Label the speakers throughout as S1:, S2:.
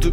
S1: de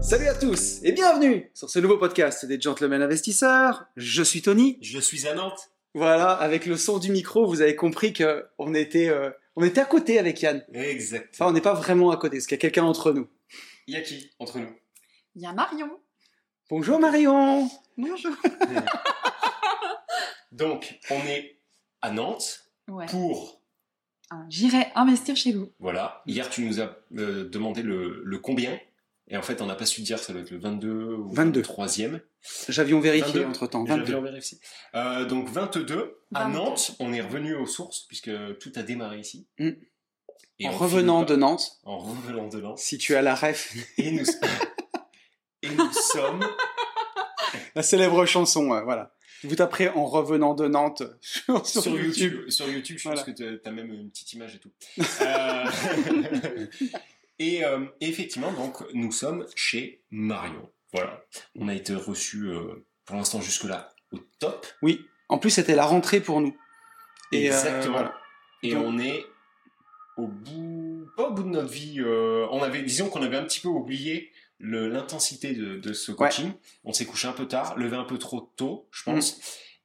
S1: Salut à tous et bienvenue sur ce nouveau podcast des Gentlemen Investisseurs. Je suis Tony.
S2: Je suis à Nantes.
S1: Voilà, avec le son du micro, vous avez compris que on était, euh, on était à côté avec Yann.
S2: Exact.
S1: Enfin, on n'est pas vraiment à côté, parce qu'il y a quelqu'un entre nous.
S2: Il y a qui entre nous
S3: Il y a Marion.
S1: Bonjour Marion.
S3: Bonjour.
S2: Donc, on est à Nantes
S3: Ouais.
S2: pour.
S3: Ah, J'irai investir chez vous.
S2: Voilà. Hier, tu nous as euh, demandé le, le combien. Et en fait, on n'a pas su te dire, ça doit être le 22 ou
S1: 22.
S2: 3e.
S1: J'avions vérifié
S2: 22.
S1: entre temps.
S2: J'avais en vérifié. Euh, donc 22, à
S3: 22.
S2: Nantes, on est revenu aux sources puisque tout a démarré ici.
S1: Mm.
S2: Et
S1: En
S2: on
S1: revenant
S2: finit pas-
S1: de Nantes,
S2: En revenant de Nantes.
S1: si tu as la ref,
S2: Et nous, et nous sommes
S1: la célèbre chanson, euh, voilà. Vous taperez en revenant de Nantes sur, sur
S2: sur
S1: YouTube.
S2: YouTube. Sur YouTube, je
S1: Voilà.
S2: pense que tu as même une petite image et tout. Euh, et euh, effectivement, donc, nous sommes chez Marion. Voilà. On a été reçus, euh, pour l'instant, jusque-là, au top.
S1: Oui. En plus, c'était la rentrée pour nous. Et, euh,
S2: Exactement.
S1: voilà.
S2: Et
S1: Donc-
S2: on est au bout, pas au bout de notre vie. euh, on avait, disons qu'on avait un petit peu oublié le- l'intensité de, de ce coaching. On s'est couché un peu tard, levé un peu trop tôt, je
S1: Mhm.
S2: pense.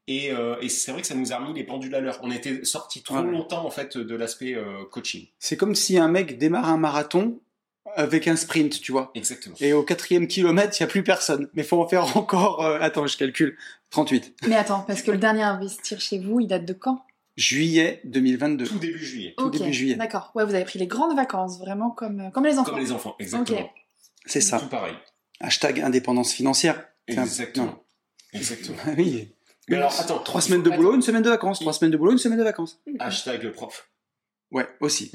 S2: Et, euh, et c'est vrai que ça nous a remis les pendules à l'heure. On était sorti trop
S1: Ouais.
S2: longtemps en fait de l'aspect euh, coaching.
S1: C'est comme si un mec démarre un marathon avec un sprint, tu vois.
S2: Exactement.
S1: Et au quatrième kilomètre, il n'y a plus personne. Mais faut en faire encore. euh, attends, je calcule. 38.
S3: Mais attends, parce que le dernier investir chez vous, il date de quand
S1: Juillet 2022.
S2: Tout début juillet,
S1: Tout
S3: Ok,
S1: début juillet.
S3: D'accord. Ouais, vous avez pris les grandes vacances, vraiment comme, euh, comme les enfants.
S2: comme les enfants. Exactement.
S3: Ok.
S1: C'est ça.
S2: Tout pareil.
S1: Hashtag indépendance financière. Tiens,
S2: Exactement. Exactement.
S1: Ah oui.
S2: Mais alors, attends.
S1: Trois semaines de boulot, une semaine de vacances. Trois semaines de boulot, une semaine de vacances.
S2: Hashtag le prof.
S1: Ouais, aussi.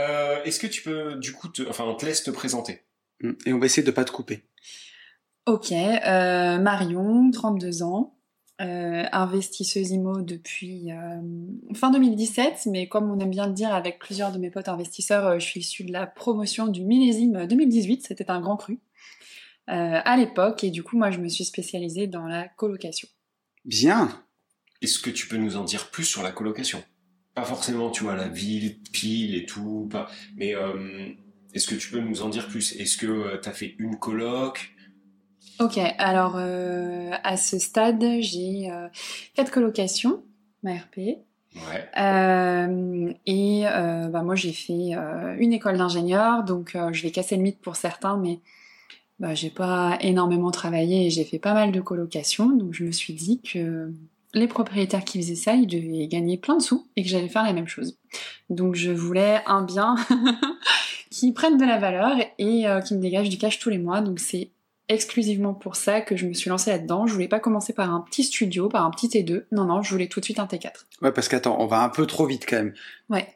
S2: Euh, Est-ce que tu peux, du coup, te- enfin, on te laisse te présenter.
S1: Mm. Et on va essayer de pas te couper.
S3: Ok, euh, Marion, 32 ans, euh, investisseuse IMO depuis euh, fin 2017, mais comme on aime bien le dire avec plusieurs de mes potes investisseurs, euh, je suis issue de la promotion du millésime 2018, c'était un grand cru euh, à l'époque, et du coup moi je me suis spécialisée dans la colocation.
S1: Bien.
S2: Est-ce que tu peux nous en dire plus sur la colocation Pas forcément, tu vois, la ville, pile et tout, pas... mais euh, est-ce que tu peux nous en dire plus Est-ce que tu as fait une coloc
S3: Ok, alors euh, à ce stade j'ai euh, quatre colocations, ma RP,
S2: Ouais.
S3: Euh, et euh, bah, moi, j'ai fait euh, une école d'ingénieur, donc euh, je vais casser le mythe pour certains, mais bah, j'ai pas énormément travaillé et j'ai fait pas mal de colocation, donc je me suis dit que les propriétaires qui faisaient ça, ils devaient gagner plein de sous et que j'allais faire la même chose. Donc je voulais un bien qui prenne de la valeur et euh, qui me dégage du cash tous les mois, donc c'est exclusivement pour ça que je me suis lancée là-dedans. Je voulais pas commencer par un petit studio, par un petit T2, non, non, je voulais tout de suite un T4.
S1: Ouais, parce qu'attends, on va un peu trop vite quand même.
S3: Ouais.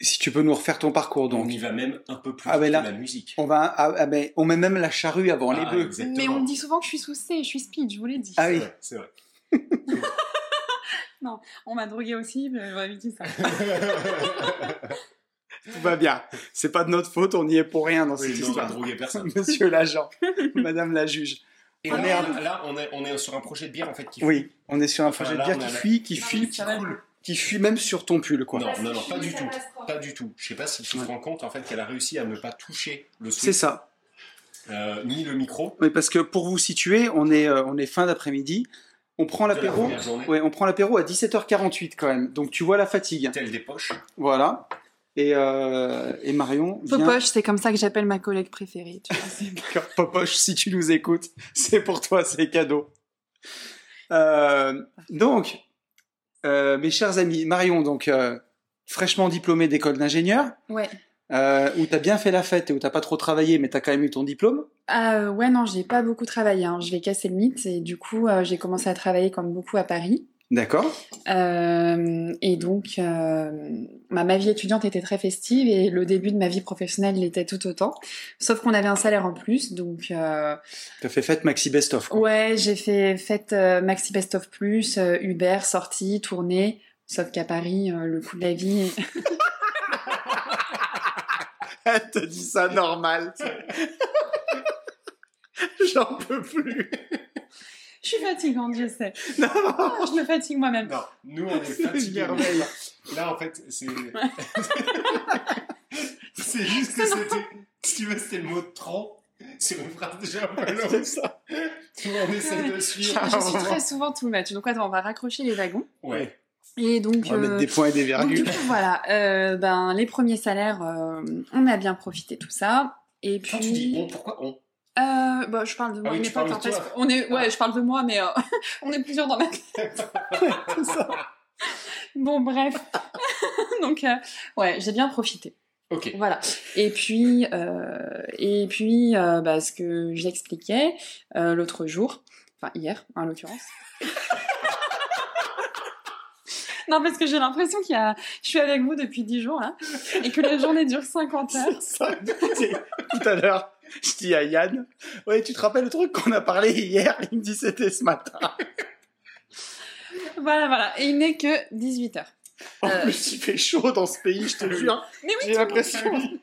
S1: Si tu peux nous refaire ton parcours,
S2: On
S1: donc.
S2: y va même un peu plus
S1: Ah, mais
S2: que
S1: là-
S2: la musique.
S1: On va, ah, ah, ben, on met même la charrue avant
S2: Ah,
S1: les bœufs.
S2: exactement.
S3: Mais on me dit souvent que je suis sous C, je suis speed, je vous l'ai dit.
S1: Ah
S2: C'est
S1: oui.
S2: vrai, c'est vrai.
S3: On m'a drogué aussi, mais j'aurais évité ça.
S1: Tout va bien. C'est pas de notre faute, on n'y est pour rien dans cette
S2: Oui, non, on va
S1: histoire.
S2: droguer personne.
S1: Monsieur l'agent, Madame la juge.
S2: Et
S1: Ah,
S2: là,
S1: merde.
S2: là, on, est, on est sur un projet de bière en fait qui
S1: Oui, on est sur un
S2: Enfin,
S1: projet de
S2: là,
S1: bière
S2: on
S1: qui
S2: a la-
S1: fuit, qui
S3: Non,
S1: fuit,
S3: mais ça va.
S2: coule.
S1: qui fuit même sur ton pull, quoi.
S2: Non, non, non, pas du tout. Pas du tout. Je sais pas si tu te
S1: Ouais.
S2: rends compte en fait qu'elle a réussi à ne pas toucher le
S1: C'est
S2: switch,
S1: ça.
S2: euh, ni le micro.
S1: Oui, parce que pour vous situer, on est, euh, on est fin d'après-midi. On prend
S2: de la
S1: l'apéro.
S2: première journée.
S1: Ouais, on prend l'apéro à 17h48 quand même. Donc tu vois la fatigue.
S2: Telle des poches.
S1: Voilà. Et, euh, et Marion vient...
S3: Popoche, c'est comme ça que j'appelle ma collègue préférée. Tu vois, c'est-
S1: Popoche, si tu nous écoutes, c'est pour toi, c'est cadeau. Euh, donc, euh, mes chers amis, Marion, donc euh, fraîchement diplômée d'école d'ingénieur,
S3: ouais.
S1: euh, où t'as bien fait la fête et où t'as pas trop travaillé, mais t'as quand même eu ton diplôme.
S3: Ah, euh, ouais, non, j'ai pas beaucoup travaillé. hein. Je vais casser le mythe. Et du coup, euh, j'ai commencé à travailler comme beaucoup à Paris.
S4: D'accord.
S3: Euh, et donc, euh, bah, ma vie étudiante était très festive et le début de ma vie professionnelle l'était tout autant. Sauf qu'on avait un salaire en plus, donc. Euh,
S4: T'as fait fête Maxi Best of. quoi.
S3: ouais, j'ai fait fête euh, Maxi Best of Plus, euh, Uber, sortie, tournée. Sauf qu'à Paris, euh, le coût de la vie. est-
S4: Elle te dit ça normal. J'en peux plus.
S3: Je suis fatigante, je sais.
S4: Non.
S3: Ah, je me fatigue moi-même.
S2: Non, nous on est
S4: C'est
S2: fatigués.
S4: une
S2: mais
S4: merveille.
S2: Là en fait, c'est. c'est juste que c'était. Si tu veux, c'était le mot de trop. C'est une phrase déjà un peu longue.
S4: C'est ça.
S2: Tout le monde essaie de
S3: Je,
S2: suivre.
S3: je suis très souvent tout match. Donc, attends, on va raccrocher les wagons.
S2: Ouais.
S3: Et donc.
S4: On va mettre
S3: euh,
S4: des points et des
S3: Donc, du
S4: virgules.
S3: coup, voilà, euh, ben, les premiers salaires, euh, on a bien profité tout ça. Et puis,
S2: Quand tu dis on, pourquoi on
S3: euh, bah, je parle de moi,
S2: Ah oui,
S3: et mes
S2: tu parles
S3: potes,
S2: de
S3: hein, parce
S2: toi. Ah.
S3: qu'on est, ouais, je parle de moi, mais euh, on est plusieurs dans ma tête. Bon, bref. Donc, euh, ouais, j'ai bien profité.
S2: Ok.
S3: Voilà. Et puis, euh, et puis, euh, bah, ce que j'expliquais euh, l'autre jour, enfin hier, en l'occurrence. non, parce que j'ai l'impression qu'il y a, je suis avec vous depuis 10 jours là, et que la journée dure 50 heures.
S4: C'est ça. C'est- Tout à l'heure, je dis à Yann, ouais, tu te rappelles le truc qu'on a parlé hier Il me dit c'était ce matin.
S3: Voilà, voilà. Et il n'est que 18 heures.
S4: En
S3: Euh.
S4: plus, Oh, il fait chaud dans ce pays, je te jure.
S3: Mais oui,
S4: J'ai l'impression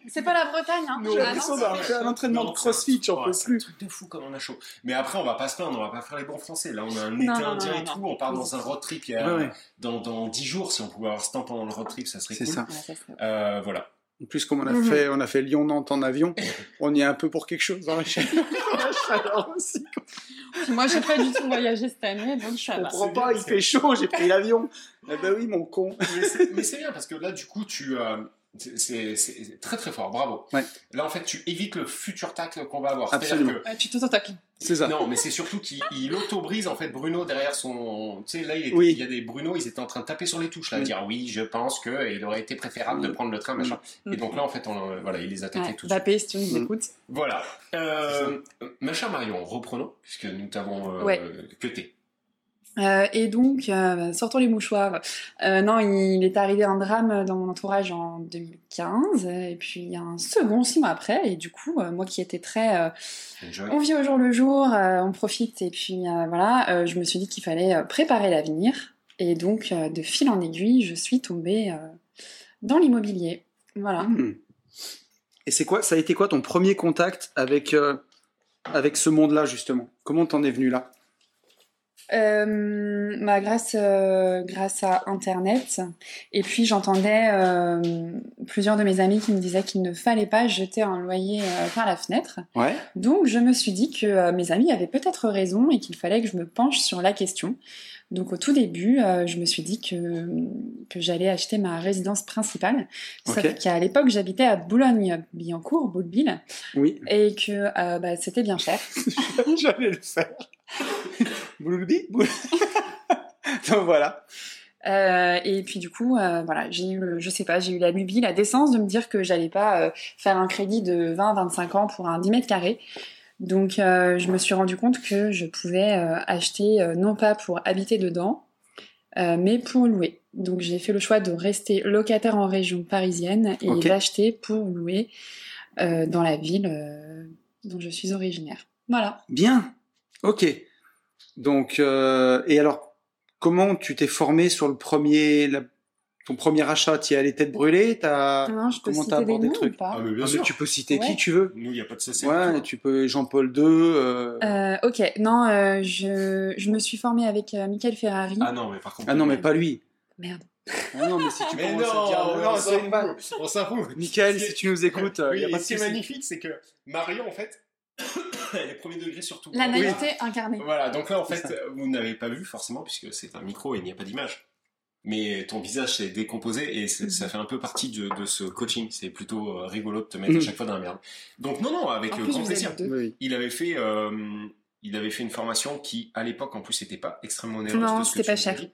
S3: c'est pas la Bretagne, hein.
S4: Nous, on
S3: Je
S4: a
S3: l'annonce.
S4: l'impression d'avoir fait un entraînement
S2: Non,
S4: de crossfit,
S2: c'est un-
S4: j'en peux
S2: ouais, c'est un
S4: plus.
S2: truc de fou comme on a chaud. Mais après, on va pas se plaindre, on va pas faire les bons français. Là, on a un été
S3: Non, non,
S2: indien
S3: non,
S2: et
S3: non,
S2: tout, on part dans un road trip il y
S4: Ouais,
S2: a-
S4: ouais,
S2: dans, dans 10 jours. Si on pouvait avoir ce temps pendant le road trip, ça serait
S4: c'est
S2: cool.
S4: ça.
S3: Ouais, ça, c'est-
S2: Euh, voilà.
S4: En plus, comme on a
S3: Mhm.
S4: fait, on a fait Lyon-Nantes en avion, on y est un peu pour quelque chose hein. dans la chaleur, dans la chaleur aussi.
S3: Puis Moi, j'ai pas du tout voyagé cette année, donc ça
S4: Je
S3: va.
S4: comprends
S2: c'est
S4: pas,
S2: bien,
S4: il
S2: c'est-
S4: fait chaud, j'ai pris l'avion. Ah bah oui, mon con.
S2: mais c'est- mais c'est bien parce que là, du coup, tu. euh, c'est- c'est c'est très très fort, bravo.
S4: Ouais.
S2: Là, en fait, tu évites le futur tacle qu'on va avoir. C'est-à-dire
S4: Absolument.
S2: que-
S3: Ouais, tu t'auto-tacles.
S4: C'est ça.
S2: Non, mais c'est surtout qu'il il auto-brise en fait Bruno derrière son. Tu sais, là, il, est-
S4: Oui.
S2: il y a des Bruno, ils étaient en train de taper sur les touches, là,
S4: Oui.
S2: dire oui, je pense que et il aurait été préférable de prendre le train, machin. Et donc là, en fait, on, euh, voilà, il les a attaqués
S3: Ouais, Bah-
S2: tout de suite.
S3: Mbappé, si Bah, tu nous
S4: Mm.
S3: écoutes.
S2: Voilà. Euh, ma chère Marion, reprenons, puisque nous t'avons euh,
S3: Ouais.
S2: cuté.
S3: Euh, et donc, euh, sortons les mouchoirs. Euh, non, il est arrivé un drame dans mon entourage en 2015, et puis un second six mois après, et du coup, euh, moi qui étais très... euh,
S2: Enjoy.
S3: on vit au jour le jour, euh, on profite, et puis euh, voilà, euh, je me suis dit qu'il fallait euh, préparer l'avenir, et donc, euh, de fil en aiguille, je suis tombée euh, dans l'immobilier. Voilà.
S4: Hmm. Et c'est quoi Ça a été quoi ton premier contact avec, euh, avec ce monde-là, justement Comment t'en es venu là
S3: Euh, bah, grâce, euh, grâce à Internet. Et puis j'entendais euh, plusieurs de mes amis qui me disaient qu'il ne fallait pas jeter un loyer euh, par la fenêtre.
S4: Ouais.
S3: Donc je me suis dit que euh, mes amis avaient peut-être raison et qu'il fallait que je me penche sur la question. Donc au tout début, euh, je me suis dit que, que j'allais acheter ma résidence principale. Sauf
S4: Ok.
S3: qu'à l'époque, j'habitais à Boulogne-Billancourt, Bouleville,
S4: Oui.
S3: et que euh, bah, c'était bien cher.
S4: J'allais le faire. Bouloubi boul- Donc voilà.
S3: Euh, et puis du coup, euh, voilà, j'ai eu, le- je sais pas, j'ai eu la lubie, la décence de me dire que j'allais pas euh, faire un crédit de 20-25 ans pour un 10 mètres carrés. Donc euh, je me suis rendu compte que je pouvais euh, acheter euh, non pas pour habiter dedans, euh, mais pour louer. Donc j'ai fait le choix de rester locataire en région parisienne et
S4: Ok.
S3: d'acheter pour louer euh, dans la ville euh, dont je suis originaire. Voilà.
S4: Bien. Ok. Donc, euh, et alors, comment tu t'es formé sur le premier, la- ton premier achat Tu y allé tête brûlée T'as
S3: Non, Hein, je peux
S4: Ah, comment t'as
S3: citer des
S4: abordé
S3: noms
S4: le
S3: ou
S4: truc
S3: pas
S2: Ah, mais bien
S4: Ah, mais
S2: sûr.
S4: Tu peux citer
S3: Ouais.
S4: qui tu veux.
S2: Nous, il n'y a pas de cessez.
S4: Ouais, tu peux Jean-Paul II. euh,
S3: Euh, ok, non, euh, je, je me suis formée avec euh, Michael Ferrari.
S2: Ah non, mais par contre.
S4: Ah non, mais pas lui.
S3: Merde.
S4: Ah non, mais si tu
S2: Mais
S4: commences à dire-
S2: non,
S4: non, c'est une vanne.
S2: on s'en fout.
S4: Michael,
S2: C'est-
S4: si tu nous écoutes, euh, il
S2: Oui,
S4: n'y a
S2: et
S4: pas de
S2: ce qui est
S4: souci.
S2: magnifique, c'est que Marion, en fait, elle est premier degré surtout.
S3: La
S2: Voilà.
S3: naïveté incarnée.
S2: Voilà, donc là, en
S4: C'est
S2: fait,
S4: ça.
S2: euh, vous n'avez pas vu forcément, puisque c'est un micro et il n'y a pas d'image. Mais ton visage s'est décomposé et
S3: Mhm.
S2: c'est- ça fait un peu partie de, de ce coaching. C'est plutôt euh, rigolo de te mettre
S4: Mm.
S2: à chaque fois dans la merde. Donc, non, non, avec
S3: Mhm. En
S2: euh,
S3: plus, je
S2: grand
S3: vous ai
S2: plaisir.
S3: dit deux.
S4: Oui.
S2: Il avait fait. euh, il avait fait une formation qui, à l'époque, en plus, n'était pas extrêmement onéreuse.
S3: Non,
S2: de ce que
S3: c'était
S2: tu
S3: pas
S2: nous as
S3: cher.
S2: dit.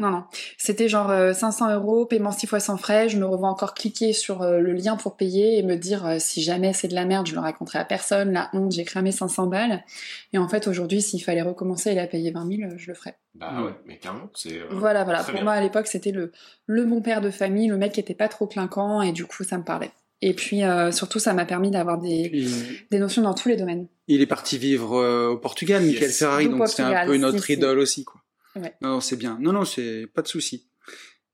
S3: Non, non. C'était genre euh, 500 euros, paiement 6 fois sans frais. Je me revois encore cliquer sur euh, le lien pour payer et me dire euh, si jamais c'est de la merde, je le raconterai à personne. La honte, j'ai cramé 500 balles. Et en fait, aujourd'hui, s'il fallait recommencer et la payer 20 000, je le ferais.
S2: Bah
S4: Mm.
S2: ouais, mais carrément, c'est. euh,
S3: voilà, voilà.
S2: très
S3: Pour
S2: bien.
S3: moi, à l'époque, c'était le, le bon père de famille, le mec qui était pas trop clinquant et du coup, ça me parlait. Et puis, euh, surtout, ça m'a permis d'avoir des,
S4: Il,
S3: des notions dans tous les domaines.
S4: il est parti vivre euh, au Portugal,
S2: Yes.
S4: Michael Ferrari,
S3: Au
S4: donc c'est un
S3: Portugal,
S4: peu notre
S3: si, si.
S4: idole aussi, quoi.
S3: Ouais.
S4: Non, non, c'est bien. Non, non, c'est pas de souci.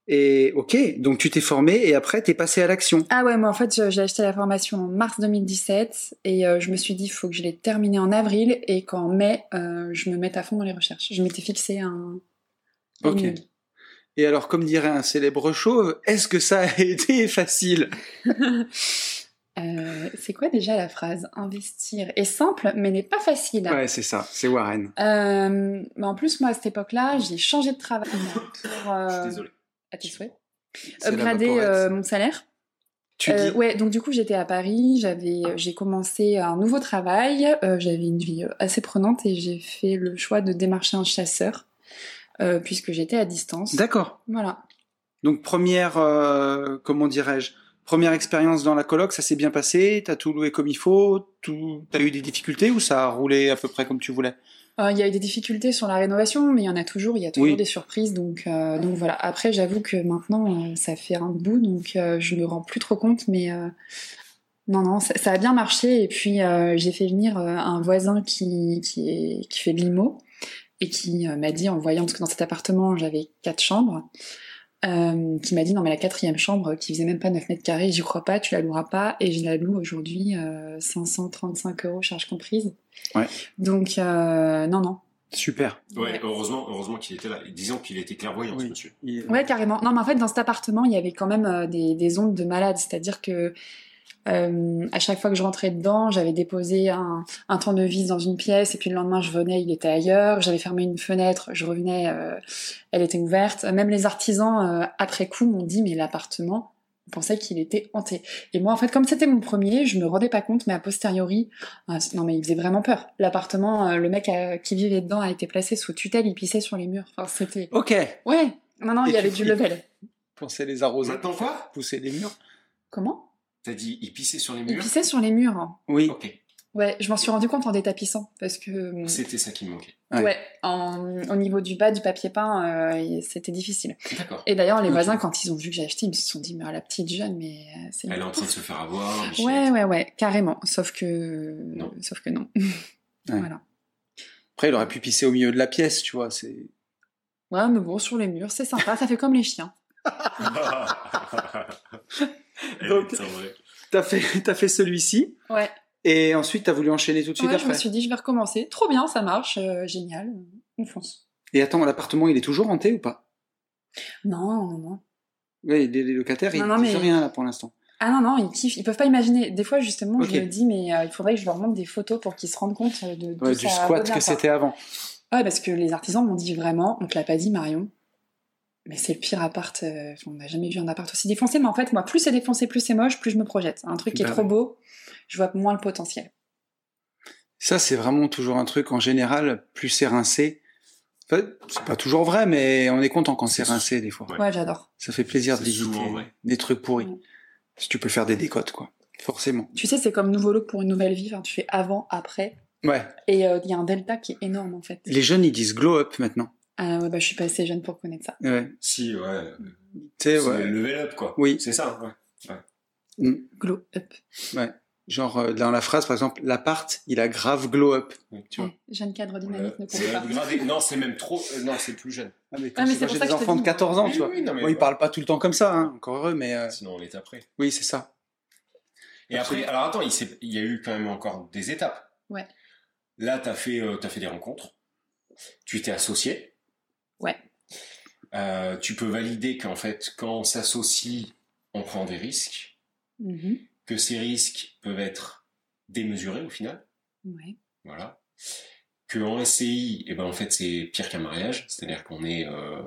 S4: Et ok, donc tu t'es formé et après t'es passé à l'action.
S3: Ah ouais, moi en fait, je- j'ai acheté la formation en mars 2017 et euh, je me suis dit, faut que je l'ai terminée en avril et qu'en mai, euh, je me mette à fond dans les recherches. Je m'étais fixé un. un
S4: Ok.
S3: menu.
S4: Et alors, comme dirait un célèbre chauve, est-ce que ça a été facile
S3: Euh, c'est quoi déjà la phrase Investir est simple, mais n'est pas facile.
S4: Ouais, c'est ça, c'est Warren.
S3: Euh, mais en plus, moi à cette époque-là, j'ai changé de travail pour euh,
S2: Je suis désolé.
S3: à tes souhaits,
S4: C'est la
S3: upgrader
S4: vaporette.
S3: euh, mon salaire.
S4: Tu
S3: Euh,
S4: dis
S3: ouais, donc du coup j'étais à Paris, j'avais, euh, j'ai commencé un nouveau travail, euh, j'avais une vie euh, assez prenante et j'ai fait le choix de démarcher un chasseur euh, puisque j'étais à distance.
S4: D'accord.
S3: Voilà.
S4: Donc première, euh, comment dirais-je, première expérience dans la coloc, ça s'est bien passé, t'as tout loué comme il faut, tout, t'as eu des difficultés ou ça a roulé à peu près comme tu voulais
S3: Euh, Il y a eu des difficultés sur la rénovation, mais il y en a toujours, il y a toujours
S4: Oui.
S3: des surprises, donc euh, donc voilà. Après j'avoue que maintenant euh, ça fait un bout, donc euh, je me rends plus trop compte, mais euh, non non, ça, ça a bien marché et puis euh, j'ai fait venir euh, un voisin qui qui, est- qui fait de l'IMO. et qui euh, m'a dit en voyant parce que dans cet appartement j'avais quatre chambres euh, qui m'a dit non mais la quatrième chambre euh, qui faisait même pas 9 mètres carrés j'y crois pas tu la loueras pas et je la loue aujourd'hui euh, 535 euros charges comprises
S4: Ouais.
S3: donc euh, non non
S4: Super.
S2: Ouais,
S3: Ouais.
S2: heureusement, heureusement qu'il était là. Disons qu'il était clairvoyant, ce
S4: Oui.
S2: monsieur.
S4: Il-
S3: ouais carrément non mais en fait dans cet appartement il y avait quand même euh, des, des ondes de malade c'est à dire que euh, à chaque fois que je rentrais dedans, j'avais déposé un, un tournevis dans une pièce, et puis le lendemain, je venais, il était ailleurs. J'avais fermé une fenêtre, je revenais, euh, elle était ouverte. Même les artisans, euh, après coup, m'ont dit, mais l'appartement, on pensait qu'il était hanté. Et moi, en fait, comme c'était mon premier, je me rendais pas compte, mais a posteriori, ah, c- non, mais il faisait vraiment peur. L'appartement, euh, le mec euh, qui vivait dedans a été placé sous tutelle, il pissait sur les murs. Enfin, c'était.
S4: Ok.
S3: Ouais! Non, non,
S4: Et
S3: il y
S4: tu
S3: avait du
S4: flippes.
S3: level.
S4: Pensez les arroser,
S2: Maintenant quoi
S4: pousser les murs.
S3: Comment?
S2: T'as dit, il pissait sur les
S3: Il
S2: murs
S3: pissait sur les murs. hein.
S4: Oui.
S2: Ok,
S3: Ouais, je m'en suis rendu compte en détapissant parce que euh,
S2: c'était ça qui me manquait.
S4: Ouais.
S3: ouais, en- au niveau du bas du papier peint, euh, et c'était difficile.
S2: D'accord.
S3: Et d'ailleurs, les
S4: Ok.
S3: voisins quand ils ont vu que j'ai acheté, ils se sont dit mais ah, la petite jeune, mais euh, c'est une
S2: Elle est en train de se faire avoir. Michel.
S3: Ouais, ouais, ouais, carrément. Sauf que
S2: Non.
S3: sauf que non. Voilà.
S4: Après, il aurait pu pisser au milieu de la pièce, tu vois. C'est.
S3: Ouais, mais bon, sur les murs, c'est sympa, ça fait comme les chiens.
S2: Elle
S4: Donc-
S2: est en vrai.
S4: T'as fait, t'as fait celui-ci.
S3: Ouais.
S4: Et ensuite, t'as voulu enchaîner tout de suite
S3: Ouais, je
S4: après.
S3: me suis dit je vais recommencer. Trop bien, ça marche, euh, génial. On fonce.
S4: Et attends, l'appartement, il est toujours hanté ou pas
S3: Non, non, non.
S4: Oui, les, les locataires, ils
S3: Non, non,
S4: disent
S3: mais-
S4: rien là pour l'instant.
S3: Ah non, non, ils kiffent, ils peuvent pas imaginer. Des fois, justement,
S4: Ok.
S3: je me dis, mais euh, il faudrait que je leur montre des photos pour qu'ils se rendent compte euh, de d'où
S4: Ouais, du
S3: ça
S4: squat
S3: revient,
S4: que
S3: quoi.
S4: c'était avant.
S3: Ouais, parce que les artisans m'ont dit vraiment, on te l'a pas dit, Marion, mais c'est le pire appart, euh, on n'a jamais vu un appart aussi défoncé, mais en fait, moi, plus c'est défoncé, plus c'est moche, plus je me projette. Un truc qui est
S4: Bah
S3: trop
S4: ouais.
S3: beau, je vois moins le potentiel.
S4: Ça, c'est vraiment toujours un truc en général, plus c'est rincé. Enfin, c'est pas toujours vrai, mais on est content quand c'est
S2: C'est-
S4: rincé des fois.
S2: Ouais.
S3: Ouais, j'adore.
S4: Ça fait plaisir de
S2: C'est
S4: visiter
S2: souvent vrai.
S4: des trucs pourris.
S3: Ouais.
S4: Si tu peux faire des décotes, quoi. Forcément.
S3: Tu sais, c'est comme nouveau look pour une nouvelle vie, enfin, tu fais avant, après,
S4: Ouais.
S3: et euh, il y a un delta qui est énorme, en fait.
S4: Les jeunes, ils disent glow up maintenant.
S3: Ah ouais, bah, je suis pas assez jeune pour connaître ça.
S4: Ouais.
S2: Si, ouais.
S4: Tu
S2: C'est
S4: sais, ouais.
S2: le level up, quoi.
S4: Oui.
S2: C'est ça, hein, ouais.
S3: Glow up.
S4: Genre, euh, dans la phrase, par exemple, l'appart, il a grave glow up.
S2: Oui, tu
S4: Tu vois.
S3: Ouais, Eh, jeune cadre
S2: vois.
S3: dynamique ne
S2: C'est
S3: compte pas.
S2: gradé- Non, c'est même trop. euh, Non, c'est plus jeune.
S4: Ah, mais
S3: Ah, mais c'est pour
S4: j'ai
S3: ça
S4: des
S3: que je te
S4: enfants de
S3: dis.
S4: 14 ans,
S2: Oui,
S4: tu vois.
S2: oui, non, mais
S4: Bon, ils parlent pas tout le temps comme ça, hein. encore heureux, mais euh,
S2: Sinon, on est après.
S4: oui, c'est ça.
S2: Et après, alors attends, il, s'est- il y a eu quand même encore des étapes.
S3: Ouais.
S2: Là, t'as fait, euh, t'as fait des rencontres. Tu t'es associé.
S3: Ouais.
S2: Euh, tu peux valider qu'en fait, quand on s'associe, on prend des risques.
S3: Mhm.
S2: Que ces risques peuvent être démesurés au final.
S3: Ouais.
S2: Voilà. Que en SCI, eh ben, en fait, c'est pire qu'un mariage. C'est-à-dire qu'on est, euh,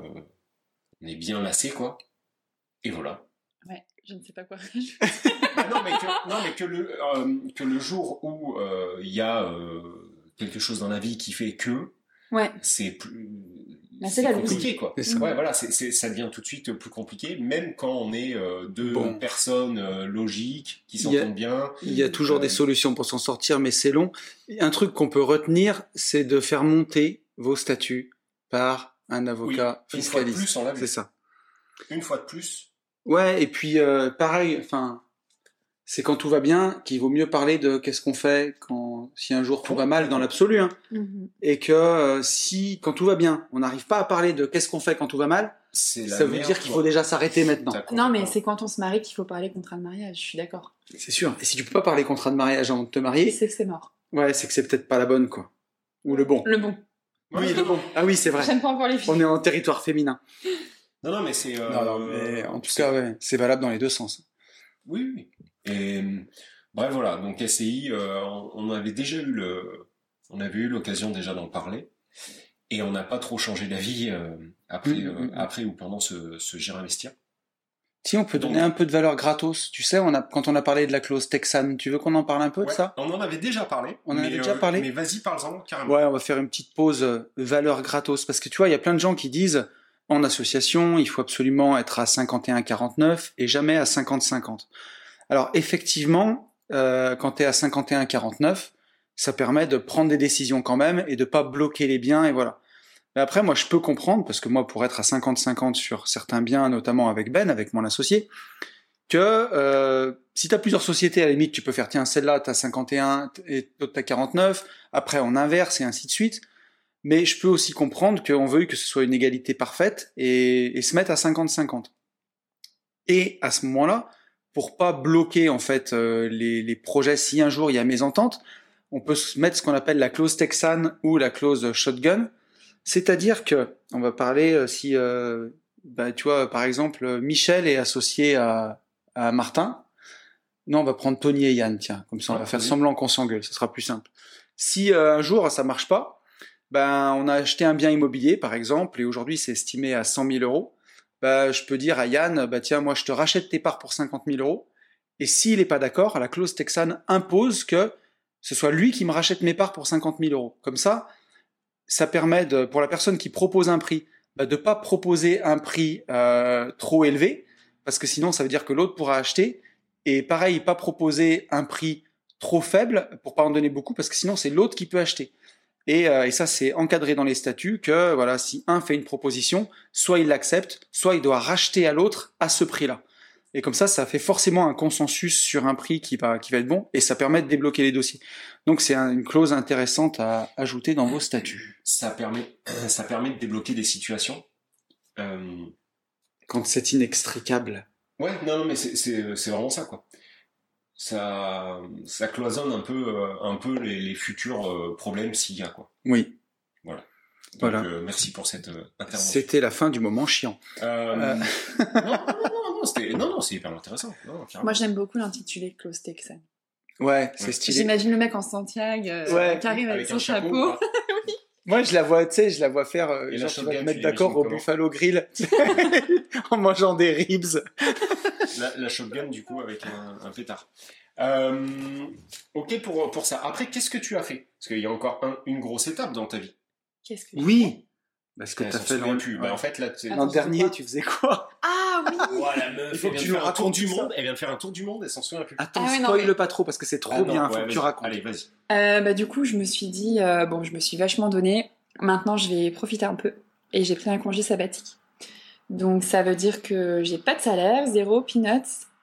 S2: on est bien lassé, quoi. Et voilà.
S3: ouais, je ne sais pas quoi. rajouter.
S2: Bah non, mais que, non, mais que le, euh, que le jour où euh, il y a euh, quelque chose dans la vie qui fait que,
S3: ouais.
S2: c'est plus-
S3: Bah, c'est la loose.
S2: compliqué quoi.
S4: C'est ça.
S2: Ouais, voilà, c'est- c'est- ça devient tout de suite plus compliqué, même quand on est euh, deux
S4: Bon.
S2: personnes euh, logiques qui
S4: Il y a-
S2: s'entendent bien.
S4: Il y a toujours des
S2: Ouais.
S4: solutions pour s'en sortir, mais c'est long. Et Un truc qu'on peut retenir, c'est de faire monter vos statuts par un avocat
S2: Oui, une fois de
S4: fiscaliste.
S2: plus, on l'a vu.
S4: C'est ça.
S2: Une fois de plus,
S4: Ouais, et puis euh, pareil, enfin, c'est quand tout va bien qu'il vaut mieux parler de qu'est-ce qu'on fait quand si un jour tout va mal dans l'absolu, hein,
S3: Mhm.
S4: et que euh, si quand tout va bien, on n'arrive pas à parler de qu'est-ce qu'on fait quand tout va mal,
S2: c'est la
S4: ça veut
S2: merde,
S4: dire qu'il
S2: quoi.
S4: faut déjà s'arrêter maintenant.
S2: T'as
S3: Non,
S2: complètement-
S3: mais c'est quand on se marie qu'il faut parler contrat de mariage, je suis d'accord.
S4: C'est sûr. Et si tu peux pas parler contrat de mariage avant de te marier,
S3: C'est que c'est mort.
S4: ouais, c'est que c'est peut-être pas la bonne quoi, ou le bon.
S3: Le bon.
S2: Ouais,
S4: Oui, le bon. Ah oui, c'est vrai.
S3: J'aime pas encore les filles.
S4: On est en territoire féminin.
S2: Non, non, mais c'est. euh,
S4: Non, non, mais en tout
S2: c'est-
S4: cas, ouais, c'est valable dans les deux sens.
S2: Oui, oui. Et euh, bref, voilà. Donc SCI, euh, on- on avait déjà eu le, on avait eu l'occasion déjà d'en parler, et on n'a pas trop changé d'avis euh, après,
S4: Mm,
S2: euh,
S4: mm, mm.
S2: après ou pendant ce, ce Gire investir.
S4: Si on peut donner un peu de valeur gratos, tu sais, on a, quand on a parlé de la clause texane, tu veux qu'on en parle un peu de
S2: Ouais,
S4: ça
S2: On en avait déjà parlé.
S4: On en avait
S2: mais, euh,
S4: déjà parlé
S2: Mais vas-y, parle-en carrément.
S4: Ouais, on va faire une petite pause euh, valeur gratos parce que tu vois, il y a plein de gens qui disent en association, il faut absolument être à 51,49 et jamais à 50,50. Alors effectivement, euh, quand tu es à 51,49, ça permet de prendre des décisions quand même et de pas bloquer les biens et voilà. Mais après, moi, je peux comprendre parce que moi, pour être à 50-50 sur certains biens, notamment avec Ben, avec mon associé, que euh, si tu as plusieurs sociétés, à la limite, tu peux faire tiens celle-là, t'as 51 et l'autre t'as 49 après on inverse et ainsi de suite. Mais je peux aussi comprendre qu'on veuille que ce soit une égalité parfaite et, et se mettre à 50-50. Et à ce moment-là, pour pas bloquer en fait euh, les, les projets, si un jour il y a mésentente, on peut se mettre ce qu'on appelle la clause texane ou la clause shotgun. C'est-à-dire que, on va parler euh, si, euh, bah, tu vois, par exemple, euh, Michel est associé à, à Martin. Non, on va prendre Tony et Yann, tiens, comme ça on
S2: Ouais,
S4: va faire
S2: vas-y.
S4: semblant qu'on s'engueule, ce sera plus simple. Si euh, un jour ça marche pas, ben on a acheté un bien immobilier par exemple et aujourd'hui c'est estimé à 100 000 euros, ben, je peux dire à Yann, bah tiens moi je te rachète tes parts pour 50 000 euros. Et s'il n'est pas d'accord, la clause texane impose que ce soit lui qui me rachète mes parts pour 50 000 euros. Comme ça, ça permet de, pour la personne qui propose un prix bah, de pas proposer un prix euh, trop élevé parce que sinon ça veut dire que l'autre pourra acheter et pareil pas proposer un prix trop faible pour pas en donner beaucoup parce que sinon c'est l'autre qui peut acheter. Et, euh, et ça c'est encadré dans les statuts que voilà si un fait une proposition, soit il l'accepte, soit il doit racheter à l'autre à ce prix-là. Et comme ça, ça fait forcément un consensus sur un prix qui va, qui va être bon et ça permet de débloquer les dossiers. Donc c'est un- une clause intéressante à ajouter dans vos statuts.
S2: Ça permet, ça permet de débloquer des situations. Euh,
S4: Quand c'est inextricable.
S2: ouais, non, non, mais c'est- c'est c'est vraiment ça quoi. Ça, ça cloisonne un peu, euh, un peu les, les futurs euh, problèmes s'il y a quoi.
S4: Oui,
S2: Donc,
S4: Voilà.
S2: euh, merci pour cette euh, intervention.
S4: c'était la fin du moment chiant.
S2: Euh,
S4: Euh.
S2: non, non, non, non, c'était- non, non, c'est hyper intéressant. Non, carrément.
S3: Moi, j'aime beaucoup l'intitulé Klaus Texan.
S4: Ouais, c'est
S2: Ouais.
S4: stylé.
S3: J'imagine le mec en Santiago euh,
S4: Ouais.
S3: qui arrive avec, son
S2: un
S3: chapeau.
S2: ou pas
S4: Moi, je la vois, tu sais, je la vois faire, euh,
S2: Et la
S4: genre, tu vas
S2: shotgun,
S4: te
S2: tu
S4: mettre d'accord
S2: l'imagines
S4: au
S2: comment
S4: Buffalo Grill, en mangeant des ribs.
S2: la, la shotgun du coup avec un, un pétard. Euh, ok pour, pour ça. Après, qu'est-ce que tu as fait Parce qu'il y a encore un- une grosse étape dans ta vie.
S3: Qu'est-ce que
S4: Oui. Parce que
S2: Euh,
S4: t'as
S2: on se
S4: fait
S2: souvient
S4: l'an
S2: plus. Bah, en fait, là, tu sais-
S3: Ah,
S4: l'an
S3: Attends,
S4: dernier,
S3: quoi
S4: tu faisais quoi
S3: Ah oui
S2: Ouah, la meuf,
S4: Il faut
S2: elle
S4: que
S2: vient
S4: tu
S2: de
S4: nous
S2: faire un tour
S4: racontes
S2: du
S4: tout
S2: monde. Elle vient de faire un tour du monde. Elle s'en souvient plus.
S4: Attends,
S3: Ah ouais, non,
S4: spoil
S3: mais-
S4: pas trop parce que c'est trop
S2: Ah non,
S4: bien,
S2: ouais,
S4: faut que tu
S2: vas-y.
S4: racontes.
S2: Allez, vas-y.
S3: Euh, bah, Du coup, je me suis dit, euh, bon, je me suis vachement donné. Maintenant, je vais profiter un peu. Et j'ai pris un congé sabbatique. Donc, ça veut dire que j'ai pas de salaire, zéro, peanuts,